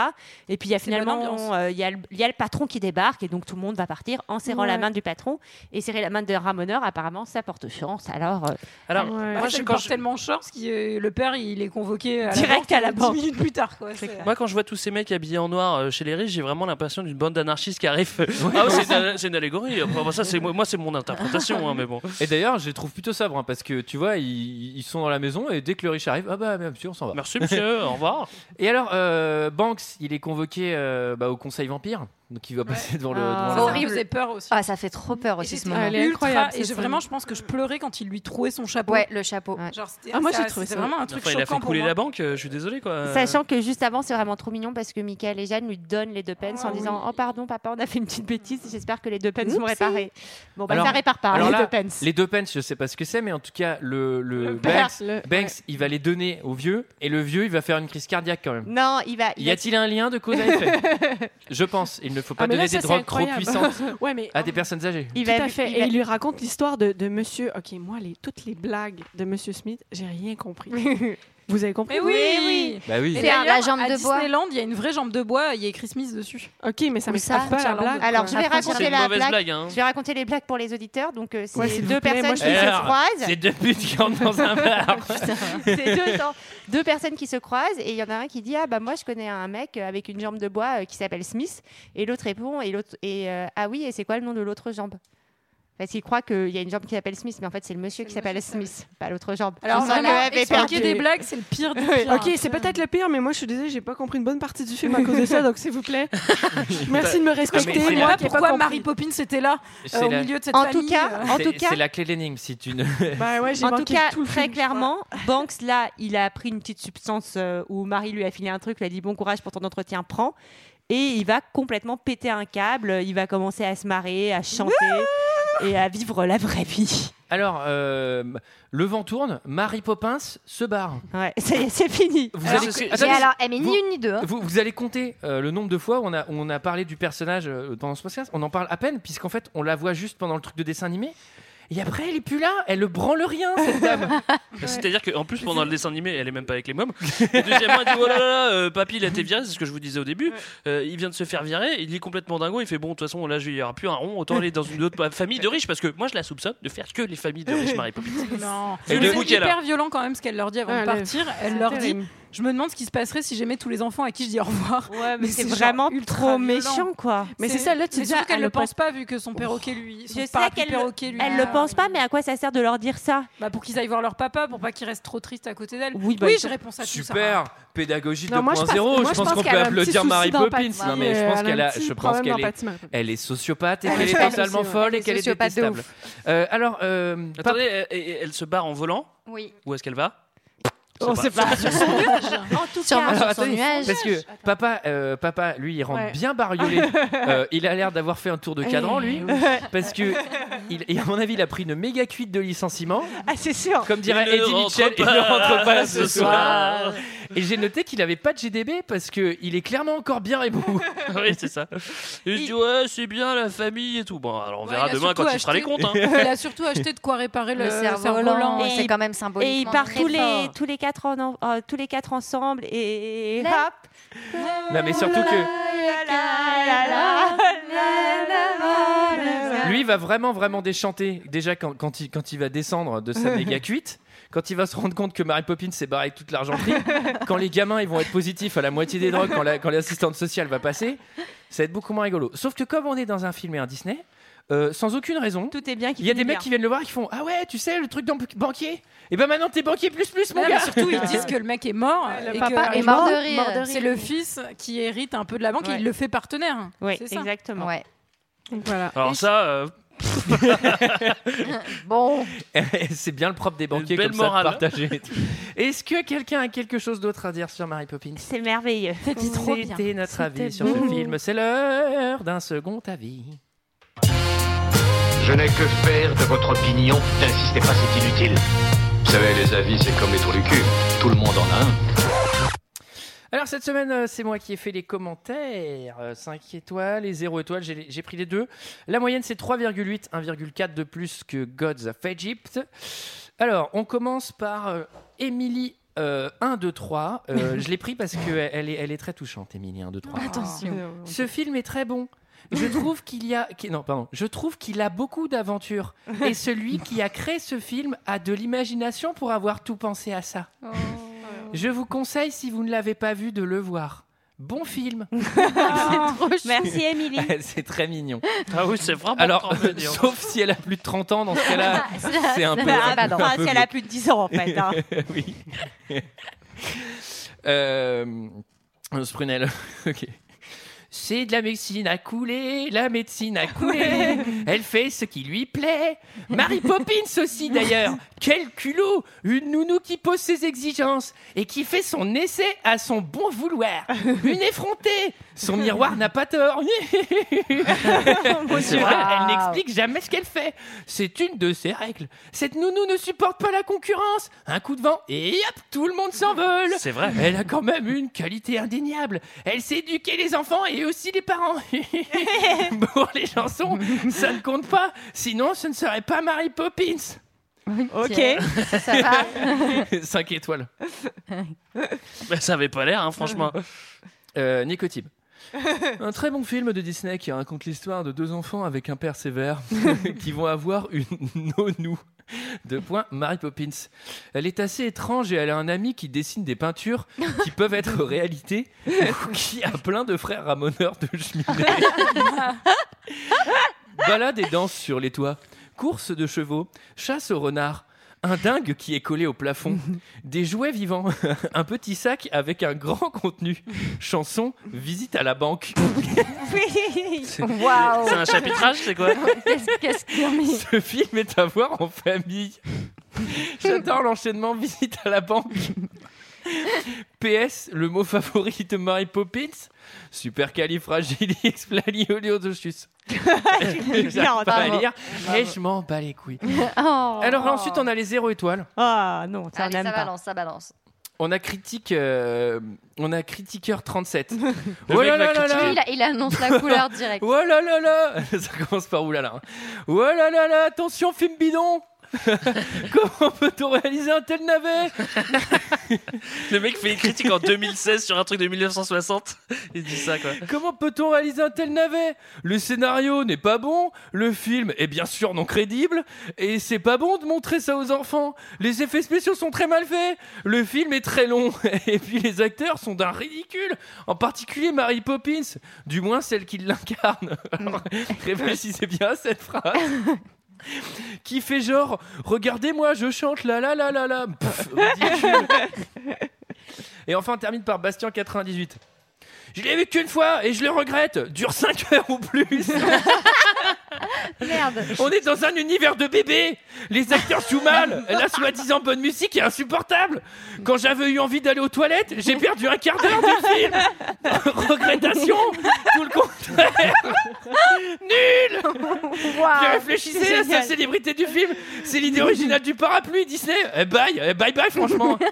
Et puis il y a bonne finalement, ambiance. euh, il y, a le- il y a le patron qui débarque et donc tout le monde va partir en serrant Ouais. la main du patron. Et serrer la main de ramoneur, apparemment, ça porte chance. Alors, euh, Alors, moi, je porte tellement chance que euh, le père il est convoqué à la Direct banque, à la euh, dix banque. minutes plus tard. Quoi, C'est- euh, Moi, quand je vois tous ces mecs habillés en noir euh, chez les riches, j'ai vraiment l'impression d'une bande d'anarchistes qui arrivent. Ah, ouais, c'est une- c'est une allégorie. Enfin, bon, ça, c'est moi, moi, c'est mon interprétation, hein, mais bon. Et d'ailleurs, je les trouve plutôt sabres hein, parce que tu vois, ils, ils sont dans la maison et dès que le riche arrive, ah bah monsieur, on s'en va. Merci monsieur, au revoir. Et alors, euh, Banks, il est convoqué euh, bah, au Conseil Vampire, donc il va passer devant le. devant Ah, la- ça me faisait peur aussi. Ah, ça fait trop peur aussi ce J'étais moment. ultra- Et j'ai- vraiment, je pense que je pleurais quand il lui trouait son chapeau. Ouais, le chapeau. Genre, c'était- Ah, moi, j'ai ça- trouvé c'était ça- vraiment un truc Enfin, il a fait choquant pour couler moi. la banque, euh, je suis désolé quoi. Euh, Sachant que juste avant, c'est vraiment trop mignon parce que Michael et Jeanne lui donnent les deux pennes en disant Oh, pardon, papa, on a fait une petite bêtise, j'espère que les deux pennes sont Oupsie. réparées. Bon, bah, Alors- ça répare pas, hein, alors les là, deux pennes. Les deux pence, je sais pas ce que c'est, mais en tout cas, le, le, père, Banks, le- Banks, il va les donner au vieux, et le vieux, il va faire une crise cardiaque quand même. Non, il va. Y a-t-il un lien de cause à effet Je pense. Il ne faut pas Ah, mais donner là, ça, des c'est drogues incroyable. trop puissantes Ouais, mais- à des personnes âgées. Bah Tout à fait. Et il lui raconte l'histoire de, de Monsieur. Ok, moi, les, toutes les blagues de Monsieur Smith, j'ai rien compris. vous avez compris Mais vous oui, oui. Bah oui. Et C'est un- d'ailleurs, la jambe à de bois. Disneyland, il y a une vraie jambe de bois, il y a écrit Smith dessus. Ok, mais ça Où m'explique pas la Charlotte blague. Alors, je vais Apparemment, raconter c'est une la mauvaise blague. blague, hein. Je vais raconter les blagues pour les auditeurs. Donc, euh, c'est Ouais, s'il deux vous plaît, personnes moi, qui je se fais ça. croisent. C'est deux putes qui entrent dans un bar. C'est deux, gens- deux personnes qui se croisent et il y en a un qui dit ah bah moi je connais un mec avec une jambe de bois euh, qui s'appelle Smith et l'autre répond et l'autre et euh, ah oui et c'est quoi le nom de l'autre jambe parce qu'il croit qu'il y a une jambe qui s'appelle Smith mais en fait c'est le monsieur qui s'appelle Smith pas l'autre jambe. Alors, Je sens vraiment, que Eve est expliquer perdue. des blagues, c'est le pire du Ouais, pire. ok, c'est peut-être le pire, mais moi je suis désolée, j'ai pas compris une bonne partie du film à cause de ça, donc s'il vous plaît, merci de me respecter. c'est la- moi qui ai pas Pourquoi compris. Mary Poppins était là euh, C'est au la- milieu de cette famille, euh. en tout C'est- cas- c'est la clé de l'énigme si tu ne. en tout cas, très clairement, Banks, là, il a pris une petite substance euh, où Marie lui a filé un truc, lui a dit bon courage pour ton entretien, prends. Et il va complètement péter un câble, il va commencer à se marrer, à chanter et à vivre la vraie vie. Alors, euh, le vent tourne, Marie Poppins se barre. Ouais, ça y est, c'est fini. Vous Alors, allez- c'est- Attendez, mais alors, eh, mais ni vous- une ni deux, hein. Vous, vous allez compter euh, le nombre de fois où on a, où on a parlé du personnage euh, pendant ce podcast. On en parle à peine, puisqu'en fait, on la voit juste pendant le truc de dessin animé. Et après, elle est plus là. Elle le branle rien, cette dame. Bah, C'est-à-dire qu'en plus, pendant le dessin animé, elle est même pas avec les mômes. Et deuxièmement, elle dit Oh là là, euh, papy, il a été viré, c'est ce que je vous disais au début. Euh, il vient de se faire virer, il est complètement dingo. Il fait Bon, de toute façon, là, je- il n'y aura plus un rond, autant aller dans une autre famille de riches, parce que moi, je la soupçonne de faire que les familles de riches, Marie Poppins. Non. Et C'est le bouquet, là. hyper violent quand même ce qu'elle leur dit avant Ouais, de le- partir. Elle c'est leur dit terrible. Je me demande ce qui se passerait si j'aimais tous les enfants à qui je dis au revoir. mais c'est genre vraiment ultra trop violent. méchant, quoi. Mais c'est ça, là, tu Mais dis surtout qu'elle le pense pas vu que son perroquet lui. Son Je sais parapluie qu'elle perroquet le, lui. elle le pense pas, mais à quoi ça sert de leur dire ça Bah, pour qu'ils aillent voir leur papa, pour pas qu'ils restent trop tristes à côté d'elle. Oui, bah, ils je sont- réponds à tout ça. hein. Super pédagogie Non, moi, je 2.0. pense- Je, moi, je pense pense qu'on peut qu'elle a un applaudir petit Marie souci Poppins. d'empathie, Non mais je pense euh, qu'elle a, un petit je pense problème qu'elle est, d'empathie, Marie Poppins. elle est sociopathe et Elle qu'elle est est sociopathe totalement aussi, ouais. folle et Elle est qu'elle est sociopathe de détestable. ouf. Euh, alors, euh, pas- Attendez, elle, elle- elle se barre en volant Oui. Où est-ce qu'elle va On sait pas. Sur son nuage. En tout Sûrement cas. sur son nuage. Parce que papa, euh, papa, lui, il rentre Ouais. Eh bien bariolé. Euh, il a l'air d'avoir fait un tour de cadran, lui. oui. Parce que, il, et à mon avis, il a pris une méga cuite de licenciement. Ah, c'est sûr. Comme dirait Il ne Eddie rentre Mitchell, il pas ne rentre pas ce ce soir. soir. Et j'ai noté qu'il n'avait pas de GDB parce qu'il est clairement encore bien et beau. Oui, c'est ça. Il se dit Ouais, c'est bien la famille et tout. Bon, alors on Ouais, verra il a demain surtout quand il fera les comptes. hein. Elle a surtout acheté de quoi réparer le, Le cerf-volant, cerf-volant. c'est quand même symbolique. Et ils Symboliquement partent très tous les, fort. tous, les quatre en- en- euh, tous les quatre ensemble et Là. hop Non, mais surtout que Lui, il va vraiment, vraiment déchanter. Déjà, quand, quand il, quand il va descendre de sa méga cuite, quand il va se rendre compte que Mary Poppins s'est barrée avec toute l'argenterie, quand les gamins ils vont être positifs à la moitié des drogues, quand la- quand l'assistante sociale va passer, ça va être beaucoup moins rigolo. Sauf que comme on est dans un film et un Disney, euh, sans aucune raison, Tout est bien qui il y a des finit mecs bien. qui viennent le voir et qui font Ah ouais, tu sais, le truc d'en- banquier Et ben maintenant t'es banquier plus plus, mon Non, gars mais surtout, ils disent que le mec est mort. Ouais, le et papa que- est mort de rire. C'est le fils qui hérite un peu de la banque et Ouais. il le fait partenaire. Oui, C'est ça. exactement. Ouais. Donc voilà. Alors ça, euh, Bon. Eh, C'est bien le propre des banquiers belle comme ça de morale. partager. hein. Est-ce que quelqu'un a quelque chose d'autre à dire sur Mary Poppins C'est merveilleux. C'était trop bien. C'était notre avis sur beau. ce film. C'est l'heure d'un second avis. Je n'ai que faire de votre opinion. N'insistez pas, c'est inutile. Vous savez, les avis, c'est comme les trous du cul. Tout le monde en a un. Alors cette semaine, euh, c'est moi qui ai fait les commentaires. 5 étoiles et 0 étoiles, j'ai les- j'ai pris les deux. La moyenne, c'est 3,8, 1,4 de plus que Gods of Egypt. Alors, on commence par euh, Emily euh, 1, 2, 3. Euh, je l'ai pris parce qu'elle elle est, elle est très touchante, Emily 1, 2, 3. Ah, Attention. Ce film est très bon. Je trouve qu'il y a qui- non pardon, je trouve qu'il a beaucoup d'aventures et celui qui a créé ce film a de l'imagination pour avoir tout pensé à ça. Oh. Je vous conseille si vous ne l'avez pas vu de le voir. Bon film. Ah. Merci, Émilie. c'est très mignon. Ah oui, c'est vraiment Alors, trop mignon. sauf si elle a plus de 30 ans, dans ce cas-là, c'est un peu. Ah, un bah, peu enfin, si elle a vieux. plus de 10 ans, en fait, hein. oui. euh, Sprunel. ok. C'est de la médecine à couler, la médecine à couler. Elle fait ce qui lui plaît. Mary Poppins aussi d'ailleurs. Quel culot Une nounou qui pose ses exigences et qui fait son essai à son bon vouloir. Une effrontée Son miroir n'a pas tort. C'est vrai, elle n'explique jamais ce qu'elle fait. C'est une de ses règles. Cette nounou ne supporte pas la concurrence. Un coup de vent et hop, tout le monde s'envole. C'est vrai. Elle a quand même une qualité indéniable. Elle sait éduquer les enfants et aussi les parents. Pour les chansons, ça ne compte pas. Sinon, ce ne serait pas Mary Poppins. Ok. Ça, Eh, ça va. 5 étoiles. bah, ça avait pas l'air, hein, franchement. Euh, Nicotib. Un très bon film de Disney qui raconte l'histoire de deux enfants avec un père sévère qui vont avoir une nounou. De point, Mary Poppins. Elle est assez étrange et elle a un ami qui dessine des peintures qui peuvent être réalité, ou qui a plein de frères ramoneurs de cheminée. Balade et danse sur les toits, course de chevaux, chasse aux renards, un dingue qui est collé au plafond, des jouets vivants, un petit sac avec un grand contenu, chanson, visite à la banque. Waouh. C'est un chapitrage, c'est quoi Qu'est-ce- Qu'est-ce qu'il y a mis Ce film est à voir en famille. J'adore l'enchaînement visite à la banque. PS, le mot favori de Mary Poppins Supercalifragilisticexpialidocious. J'arrive pas à bravo. lire et je m'en bats les couilles. Oh. Alors ensuite on a les zéro étoiles. Ah non, ça Allez, n'aime ça pas. balance, ça balance. On a critique, euh, on a critiqueur 37. Le oh mec là là va là critiquer. là Lui, il a- il annonce la couleur direct. Oh là là là Ça commence par oulala. hein. Oh là là là, attention, film bidon Comment peut-on réaliser un tel navet Le mec fait une critique en 2016 sur un truc de 1960. Il dit ça, quoi. Comment peut-on réaliser un tel navet Le scénario n'est pas bon, le film est bien sûr non crédible, et c'est pas bon de montrer ça aux enfants. Les effets spéciaux sont très mal faits, le film est très long, et puis les acteurs sont d'un ridicule, en particulier Mary Poppins, du moins celle qui l'incarne. Alors, Réfléchissez bien à cette phrase. Qui fait genre, regardez-moi, je chante la la la la la. Pff, ridicule. Et enfin, on termine par Bastien 98. Je l'ai vu qu'une fois et je le regrette. Dure 5 heures ou plus. Merde. On est dans un univers de bébés. Les acteurs jouent mal. La soi-disant bonne musique est insupportable. Quand j'avais eu envie d'aller aux toilettes, j'ai perdu un quart d'heure du film. Regrettation. Tout le contraire. Nul. Bien réfléchissez c'est à génial. sa célébrité du film. C'est l'idée originale du parapluie Disney. Eh, bye, Eh, bye bye franchement.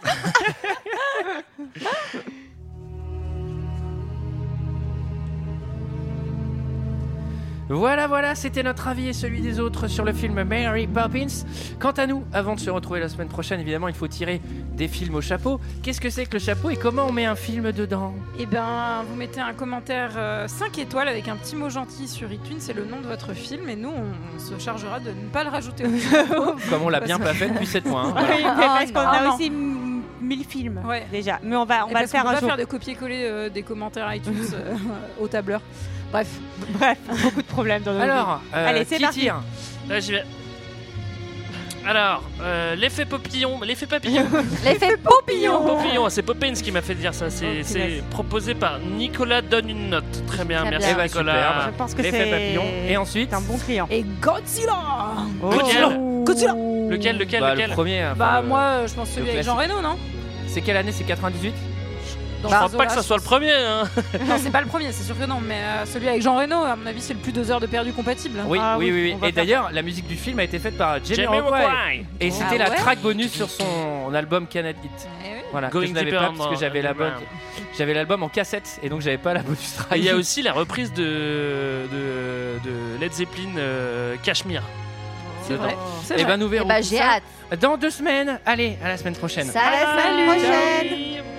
Voilà, voilà, c'était notre avis et celui des autres sur le film Mary Poppins. Quant à nous, avant de se retrouver la semaine prochaine, évidemment, il faut tirer des films au chapeau. Qu'est-ce que c'est que le chapeau et comment on met un film dedans Eh ben, vous mettez un commentaire 5 étoiles avec un petit mot gentil sur iTunes, c'est le nom de votre film, et nous, on, on se chargera de ne pas le rajouter au chapeau. Comme on l'a bien pas fait depuis 7 mois. hein, voilà. Oui, mais parce Oh qu'on non. a Ah aussi m- 1000 films déjà. Mais on va, on Et va le Eh ben, parce qu'on faire peut un pas jour. faire de copier-coller euh, des commentaires iTunes euh, au tableur. Bref. Bref, beaucoup de problèmes dans nos Alors, vies. euh, allez, c'est qui parti. tire Là, j'y vais. Alors, euh, l'effet papillon, l'effet papillon. L'effet papillon. Papillon, c'est Poppins qui m'a fait dire ça. C'est Oh, c'est proposé par Nicolas donne une note. Très bien, Très merci bien. Eh ben, Nicolas. superbe. Je pense que L'effet c'est- papillon. Et ensuite un bon client. Et Godzilla Oh. Lequel Godzilla Lequel, lequel, Bah, lequel Le premier. enfin, Bah, le- moi, euh, je pense le celui avec Jean classique. Reno, non C'est quelle année C'est 98 Dans Je crois ce pas que zoo-là, ça soit le premier. hein. Non, c'est pas le premier, c'est sûr que non, mais euh, celui avec Jean Reno, à mon avis, c'est le plus deux heures de perdu compatible. Oui, Ah, Ah oui, oui, oui. Et d'ailleurs, la musique du film a été faite par Jamie Jamie Rockway. Rockway. Et Oh. c'était Ah la ouais track bonus sur son album Canad Hit. Voilà, que Going je n'avais deeper pas and parce que more j'avais la bonne. underground. J'avais l'album en cassette et donc j'avais pas la bonus track. Et Ah, Il y a aussi la reprise de, de, de Led Zeppelin euh, Cashmere. C'est Dedans. vrai, Eh ben, c'est Eh ben, vrai. nous verrons Eh ben, tout j'ai ça. hâte. Dans deux semaines. Allez, à la semaine prochaine. Ça, à la semaine prochaine. Ciao.